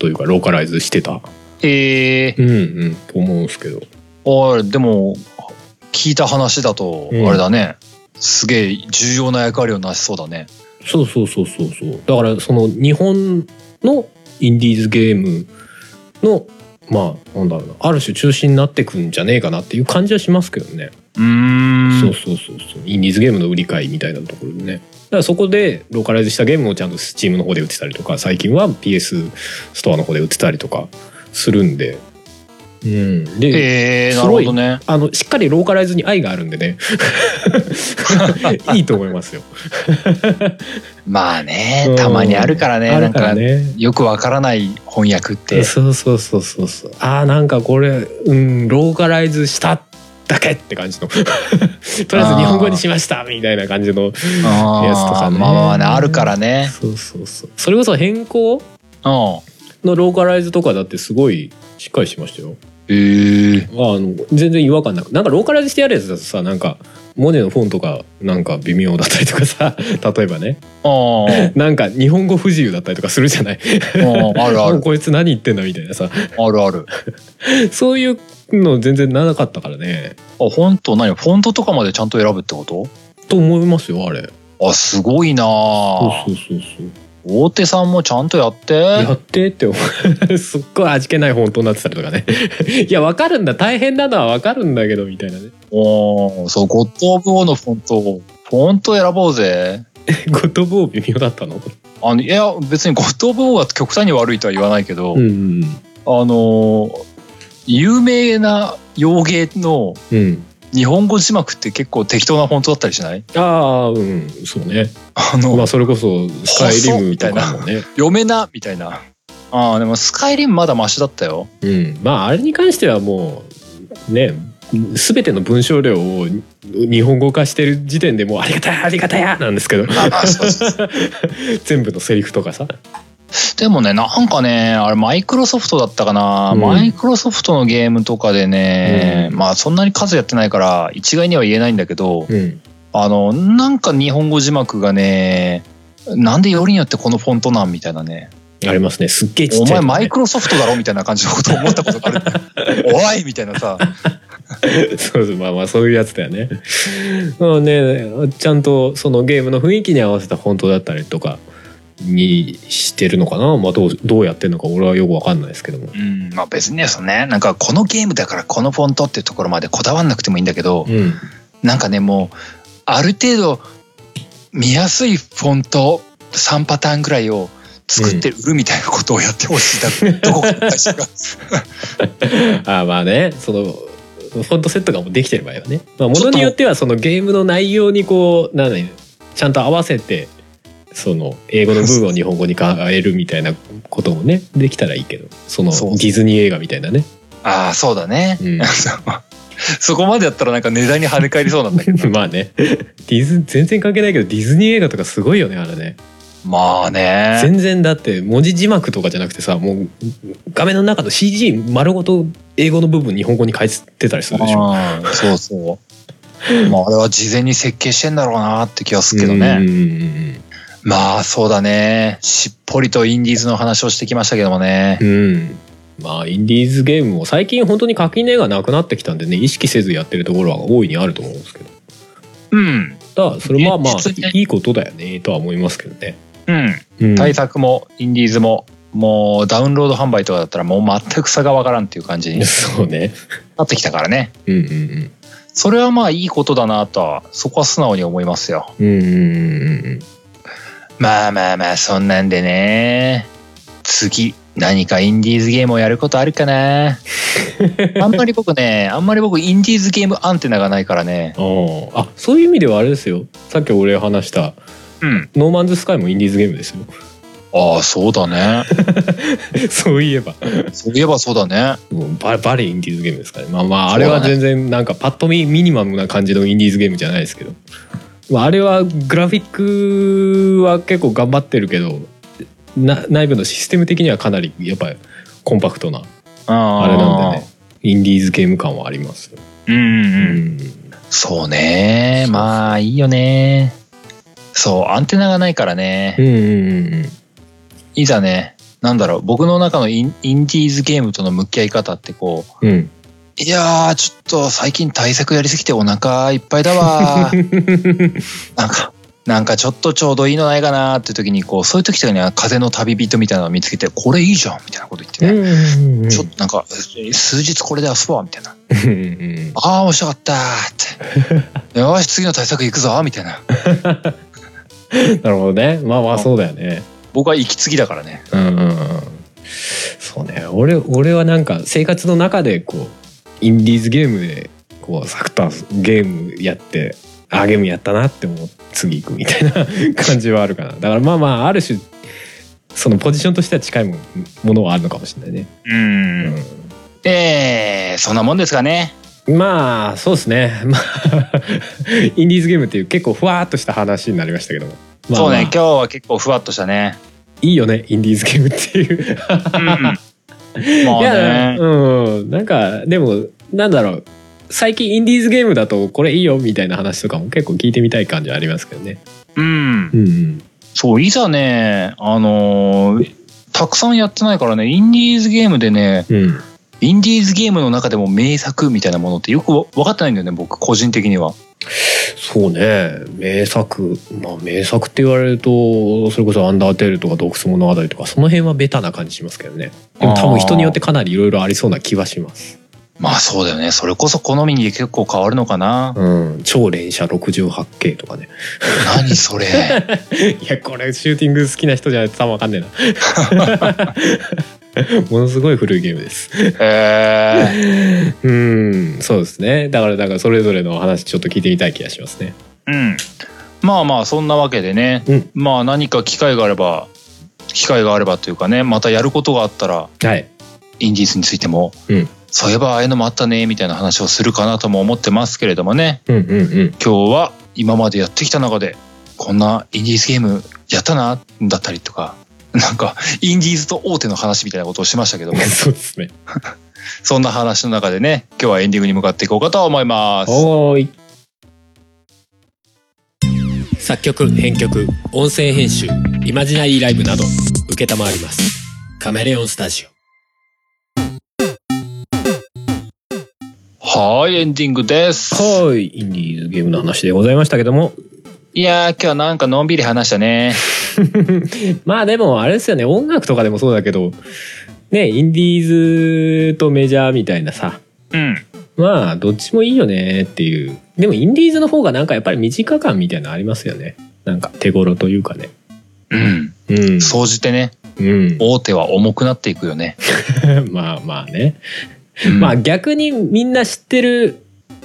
B: というかローカライズしてた
A: へえ
B: うんうんと思うんですけど
A: おいでも聞いた話だと
B: うん
A: あれだね、すげえ重要な役割をなしそうだね
B: そうそうそうそうそうだからその日本のインディーズゲームのまあなんだろうなある種中心になってくんじゃねえかなっていう感じはしますけどね、
A: うーん
B: そうそうそうそうインディーズゲームの売り買いみたいなところでねだからそこでローカライズしたゲームをちゃんと Steam の方で売ってたりとか最近は PS ストアの方で売ってたりとかするんでうんで、
A: へえなるほどね
B: あのしっかりローカライズに愛があるん でね いいと思いますよ
A: まあね
B: うん
A: たまにあるからね
B: あ
A: な
B: る
A: ん
B: から
A: か
B: ね
A: よくわからない翻訳って
B: そうそうそうそうそうああなんかこれうんローカライズしただけって感じ のとりあえず日本語にしましたみたいな感じの
A: あ
B: やつとかね
A: ーまあまあねあるからね
B: そうそうそうそれこそ変
A: うん
B: 更のローカライズとかだってすごいしっかりしてましたよ
A: へえ
B: あの全然違和感なくなんかローカライズしてやるやつだとさなんかモネのフォンとかなんか微妙だったりとかさ 例えばね
A: あー
B: なんか日本語不自由だったりとかするじゃない
A: うんあるあ
B: もう
A: る
B: こいつ何言ってんだみたいなさ
A: あるある
B: そういうの全然なかったからね
A: あ本当何フォントとかまでちゃんと選ぶってこと
B: と思いますよあれ
A: あすごいなあ
B: そうそうそうそう
A: 大手さんもちゃんとやって
B: やってって思う すっごい味気ない本当になってたりとかね いやわかるんだ大変なのはわかるんだけどみたいなね
A: おーそう、ゴッド・オブ・オーのフォントを、フォント選ぼうぜ。
B: 言葉を微妙だったの
A: あの、いや、別にゴッド・オブ・オーが極端に悪いとは言わないけど、あ
B: ん
A: のー、有名な洋芸の
B: うん、うん、
A: 日本語字幕って結構適当なフォントだったりしない
B: ああうんそうね
A: あの、
B: まあそれこそスカイリムとかもね
A: 読めな、みたいな。ああ、でもスカイリンまだマシだったよ。
B: うんまああれに関してはもうね全ての文章量を日本語化してる時点でもうありがたいありがたいなんですけど
A: ああそうそう
B: 全部のセリフとかさ
A: でもね、なんかね、あれ、マイクロソフトだったかな、
B: うん
A: マイクロソフトのゲームとかでね、
B: うん
A: まあ、そんなに数やってないから、一概には言えないんだけど、
B: うん
A: あの、なんか日本語字幕がね、なんでよりによってこのフォントなんみたいなね。
B: ありますねすっげえちっ
A: お
B: ちゃ
A: 前
B: いとか
A: マ
B: ね、
A: イクロソフトだろみたいな感じのことを思ったことがあるんだ よ。おいみたいなさ。
B: そうそうまあまあそういうやつだよね。うんねちゃんとそのゲームの雰囲気に合わせたフォントだったりとかにしてるのかな、まあ、どうどうやってんのか俺はよくわかんないですけども。
A: うん、まあ別にですね、なんかこのゲームだからこのフォントっていうところまでこだわんなくてもいいんだけど、
B: うん、
A: なんかね、もう、ある程度、見やすいフォント3パターンぐらいを作って売るみたいなことをやってほしいだ、どこかの会社 が。
B: ああまあねそのフォントセットがもうできてる場合はね、まあ、ものによってはそのゲームの内容にこうなんだろうねちゃんと合わせてその英語の部分を日本語に変えるみたいなこともねできたらいいけどそのデ
A: そう
B: ィズニー映画みたいなね、
A: ああ、そうだね。
B: うん
A: そこまでやったらなんか値段に跳ね返りそうなんだけど。
B: まあねディズ全然関係ないけどディズニー映画とかすごいよねあれね
A: まあね。
B: 全然だって文字字幕とかじゃなくてさもう画面の中の CG 丸ごと英語の部分日本語に変えてたりするでしょ
A: うんそうそう。まああれは事前に設計してんだろうなって気がするけどね。
B: うんうんうんうん
A: まあそうだね。しっぽりとインディーズの話をしてきましたけどもね。
B: うん。まあ、インディーズゲームも最近本当に課金例がなくなってきたんでね、意識せずやってるところは大いにあると思うんですけど。
A: うん。
B: ただ、それはまあ
A: 現実ね、
B: いいことだよね、とは思いますけどね。
A: うん。
B: うん、
A: 対策もインディーズももうダウンロード販売とかだったらもう全く差がわからんっていう感じに
B: そうね。
A: なってきたからね
B: うんうん
A: それはまあいいことだなとはそこは素直に思いますよ
B: うん。うんうんうんうん。
A: まあまあまあそんなんでね次何かインディーズゲームをやることあるか なあんまり僕ねあんまり僕インディーズゲームアンテナがないからね
B: あああ、そういう意味ではあれですよ。さっき俺話した、
A: うん
B: ノーマンズスカイもインディーズゲームですよ。
A: ああそうだね
B: そういえば。
A: そういえばそうだね
B: もうババリインディーズゲームですからねまあまああれは全然なんかパッと見ミニマムな感じのインディーズゲームじゃないですけど、まあ、あれはグラフィックは結構頑張ってるけどな内部のシステム的にはかなりやっぱりコンパクトな
A: あ
B: あれなんでねインディーズゲーム感はありますよ、
A: うん
B: う
A: うんうんそうね。まあ、いいよね。そう、アンテナがないから
B: う
A: ね。
B: んうん
A: いざね、なんだろう、僕の中のインインディーズゲームとの向き合い方ってこう、
B: うんうん
A: いやー、ちょっと最近対策やりすぎてお腹いっぱいだ わー。なんか、なんかちょっとちょうどいいのないかなーって時に、こう、そういう時とかには風の旅人みたいなのを見つけて、これいいじゃんみたいなこと言って
B: うん
A: ね。
B: うんうん
A: ちょっとなんか、数日これで遊ぼうみたいな。
B: うんうん
A: ああ、面白かったーって。よし、次の対策行くぞみたいな。
B: なるほどねまあまあそうだよね
A: 僕は行き過ぎだからね。
B: うんうんうんそうね俺俺はなんか生活の中でこうインディーズゲームでこうサクッとゲームやってあーゲームやったなって思う次行くみたいな感じはあるかなだからまあまあある種そのポジションとしては近いもんものはあるのかもしれないね、
A: うんええそんなもんですかね。
B: うんまあそうですねまあインディーズゲームっていう結構ふわーっとした話になりましたけども、まあ
A: そう
B: まあ
A: ね、今日は結構ふわっとしたね。
B: いいよねインディーズゲームって いう
A: うん、ま
B: い
A: あ
B: や、
A: ね。
B: うん、なんか、でも、なんだろう。最近インディーズゲームだとこれいいよみたいな話とかも結構聞いてみたい感じはありますけどね。
A: うん。
B: うん、
A: そう、いざね、あのーたくさんやってないからね、インディーズゲームでね、
B: うん、うん。
A: インディーズゲームの中でも名作みたいなものってよくわ分かってないんだよね、僕、個人的には。
B: そうね。名作。まあ名作って言われると、それこそアンダーテールとか洞窟物語とか、その辺はベタな感じしますけどね。でも多分人によってかなりいろいろありそうな気はします。
A: まあそうだよね、それこそ好みに結構変わるのか な。
B: うん。超連射 68K とか ね。
A: 何それ。
B: いや、これシューティング好きな人じゃないと多分わかんねえな。 ものすごい古いゲームです。
A: え
B: うん、そうですね。だから、だから、それぞれの話、ちょっと聞いてみたい気がしますね。
A: ー、うん。まあまあ、そんなわけでね、
B: うん
A: まあ何か機会があれば、機会があればというかね、またやることがあったら、
B: はい。
A: インディーズについても、
B: うん
A: そういえばああいうのもあったねみたいな話をするかなとも思ってますけれどもね
B: うん、うん、うん。
A: 今日は今までやってきた中でこんなインディーズゲームやったなだったりとか なんかインディーズと大手の話みたいなことをしましたけども
B: そうですね。
A: そんな話の中でね今日はエンディングに向かっていこうかと思います。
B: おーい。作曲、編曲、音声編集、イマジナリーライブなど、承ります。カメレオンスタジオ。
A: はいエンディングです。
B: はい、インディーズゲームの話でございましたけども、
A: いやー今日はなんかのんびり話したね。
B: まあでもあれですよね音楽とかでもそうだけどねインディーズとメジャーみたいなさ
A: うん。
B: まあどっちもいいよねっていうでもインディーズの方がなんかやっぱり短感みたいなのありますよねなんか手頃というかね
A: うん。
B: うん
A: 総じてね、
B: う、うん、
A: 大手は重くなっていくよね。
B: まあまあね、
A: うん
B: まあ逆にみんな知ってる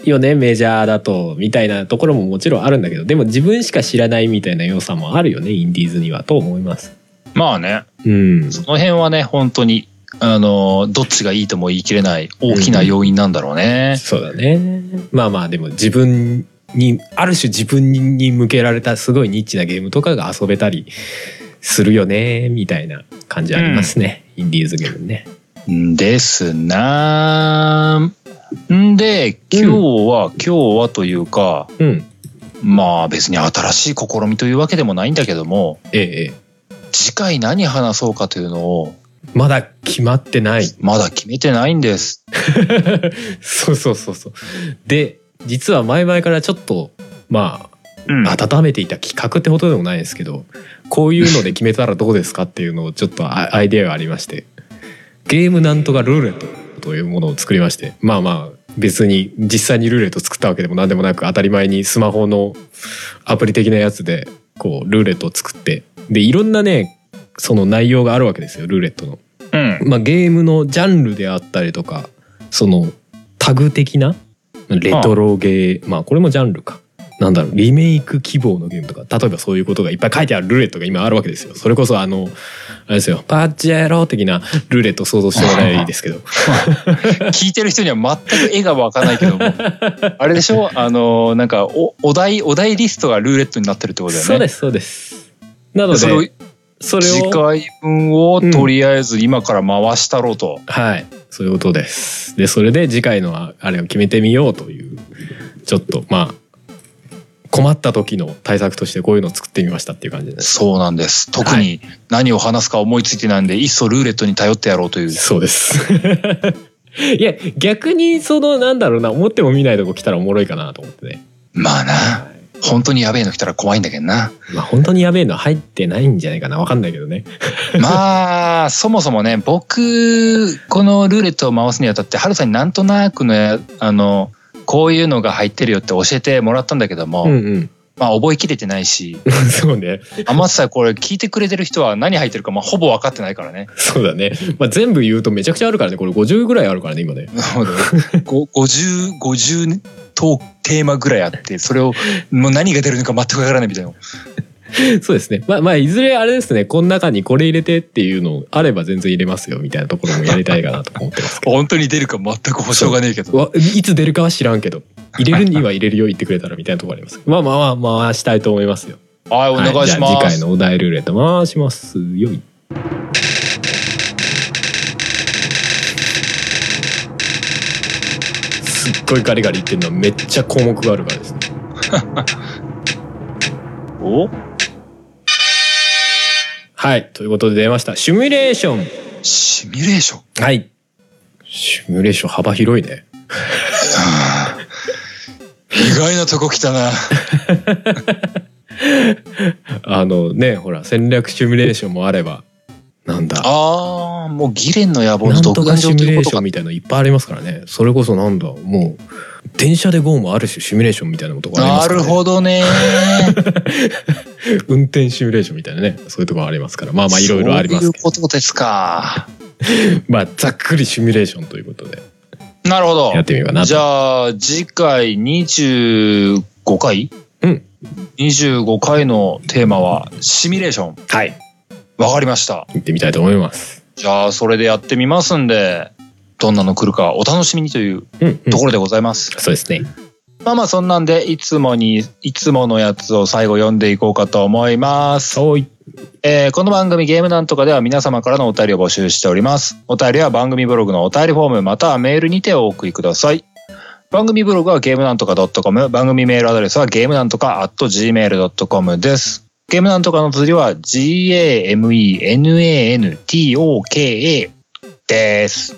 B: よねメジャーだとみたいなところももちろんあるんだけどでも自分しか知らないみたいな良さもあるよねインディーズにはと思います
A: まあね、
B: うん
A: その辺はね、本当に、あの、どっちがいいとも言い切れない大きな要因なんだろうね。
B: そうだねまあまあでも自分にある種自分に向けられたすごいニッチなゲームとかが遊べたりするよねみたいな感じありますね、インディーズゲームね
A: んですなーんで、今日は、今日はというか、
B: うん
A: まあ別に新しい試みというわけでもないんだけども、
B: ええええ
A: 次回何話そうかというのを、
B: まだ決まってない
A: まだ決めてないんです。
B: そうそうそうそう。で、実は前々からちょっと、ま
A: うん
B: あ、温めていた企画ってことでもないですけど、こういうので決めたらどうですかっていうのをちょっとアアイデアがありまして、ゲームなんとかルーレットというものを作りまして、まあまあ、別に実際にルーレット作ったわけでも何でもなく、当たり前にスマホのアプリ的なやつで、こう、ルーレットを作って、で、いろんなね、その内容があるわけですよ、ルーレットの。
A: うん。
B: まあ、ゲームのジャンルであったりとかそのタグ的なレトロゲーまあこれもジャンルかなんだろうリメイク希望のゲームとか例えばそういうことがいっぱい書いてあるルーレットが今あるわけですよそれこそあのあれですよパチェロ的なルーレットを想像してもらえばいいですけど
A: 聞いてる人には全く絵がわかないけど も、あれでしょあの、なんかお、お題、お題リストがルーレットになってるってことだよね。
B: そうですそうですなので
A: それを
B: それ
A: 次
B: を
A: 回分をとりあえず今から回したろうと。
B: はいそういうことですでそれで次回のああれを決めてみようというちょっとまあ困った時の対策としてこういうのを作ってみましたっていう感じです
A: そうなんです。特に何を話すか思いついてないんで、いっそルーレットに頼ってやろうという。
B: そうです。 いや逆にそのなんだろうな思っても見ないとこ来たらおもろいかなと思ってね。
A: まあな、本当にやべえの来たら怖いんだけど な。
B: まあ本当にやべえの入ってないんじゃないかなわかんないけどね。
A: まあ、そもそもね、僕、このルーレットを回すにあたって、ハルさんになんとなくね、あの、こういうのが入ってるよって教えてもらったんだけども、
B: うん
A: まあ覚えきれてないし、
B: うん。そうね。
A: まさこれ聞いてくれてる人は何入ってるか、まあほぼ分かってないからね。
B: そうだね。まあ全部言うとめちゃくちゃあるからね。これ50ぐらいあるからね今ね。
A: なるほど。ご50、50とテーマぐらいあって、それを、もう何が出るのか全くわからないみたいな。
B: そうですね。まあまあいずれあれですね。この中にこれ入れてっていうのあれば全然入れますよみたいなところもやりたいかなと思ってますけど。
A: 本当に出るか全く保証がねえけ ど。
B: わいつ出るかは知らんけど入れるには入れるよ言ってくれたらみたいなところあります。まあまあまあ回したいと思いますよ。
A: はい、お願いします。
B: はいじゃあ次回のお題ルーレット回しますよいすっごいガリガリいってるのはめっちゃ項目があるからですね
A: お
B: はいということで出ましたシミュレーション
A: シミュレーション。
B: はいシミュレーション幅広いね
A: あー意外なとこ来た な。
B: あのねほら戦略シミュレーションもあればなんだ
A: あー、もうギレンの野望
B: な
A: の
B: んと
A: 独
B: か
A: 眼
B: シ
A: 場
B: ミ
A: とい
B: ュレ
A: う
B: ー
A: こ
B: ショ
A: と
B: ン
A: か。
B: みたいのいっぱいありますからねそれこそなんだもう電車で GO もある種シミュレーションみたいなことがありま
A: な
B: すから、
A: る
B: ね、
A: ほどね。
B: 運転シミュレーションみたいなねそういうところあります からまあまあいろいろありま
A: そ
B: す
A: うい
B: け
A: う
B: ど
A: ことですか。
B: まあざっくりシミュレーションということで
A: なるほど
B: やっ。てみようかなと
A: じゃあ、次回25回
B: うん。
A: 25回のテーマは、シミュレーション。
B: はい
A: わかりました。
B: 行ってみたいと思います
A: じゃあ、それでやってみますんで、どんなの来るかお楽しみにという
B: うん、うん
A: ところでございます。
B: そうですね
A: まあまあ、そんなんで、いつもに、いつものやつを最後読んでいこうかと思います。
B: そうい
A: えーこの番組ゲームなんとかでは皆様からのお便りを募集しております。お便りは番組ブログのお便りフォームまたはメールにてお送りください。番組ブログはゲームなんとか .com、番組メールアドレスはゲームなんとか .gmail.com です。ゲームなんとかの次は g-a-m-e-n-a-n-t-o-k-a です。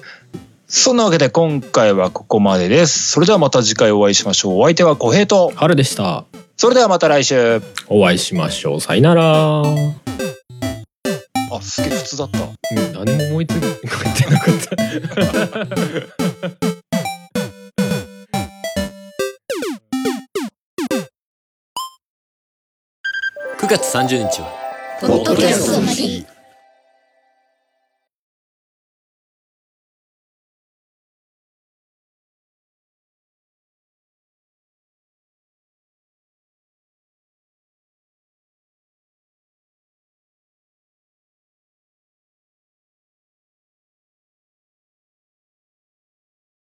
A: そんなわけで今回はここまでです。それではまた次回お会いしましょう。お相手は小平と、
B: 春でした
A: それではまた来週。
B: お会いしましょうさよなら
A: あすげえ普通だった
B: うん、何も思いついてなかった。
C: 9月30日は
D: ポッドキャストの日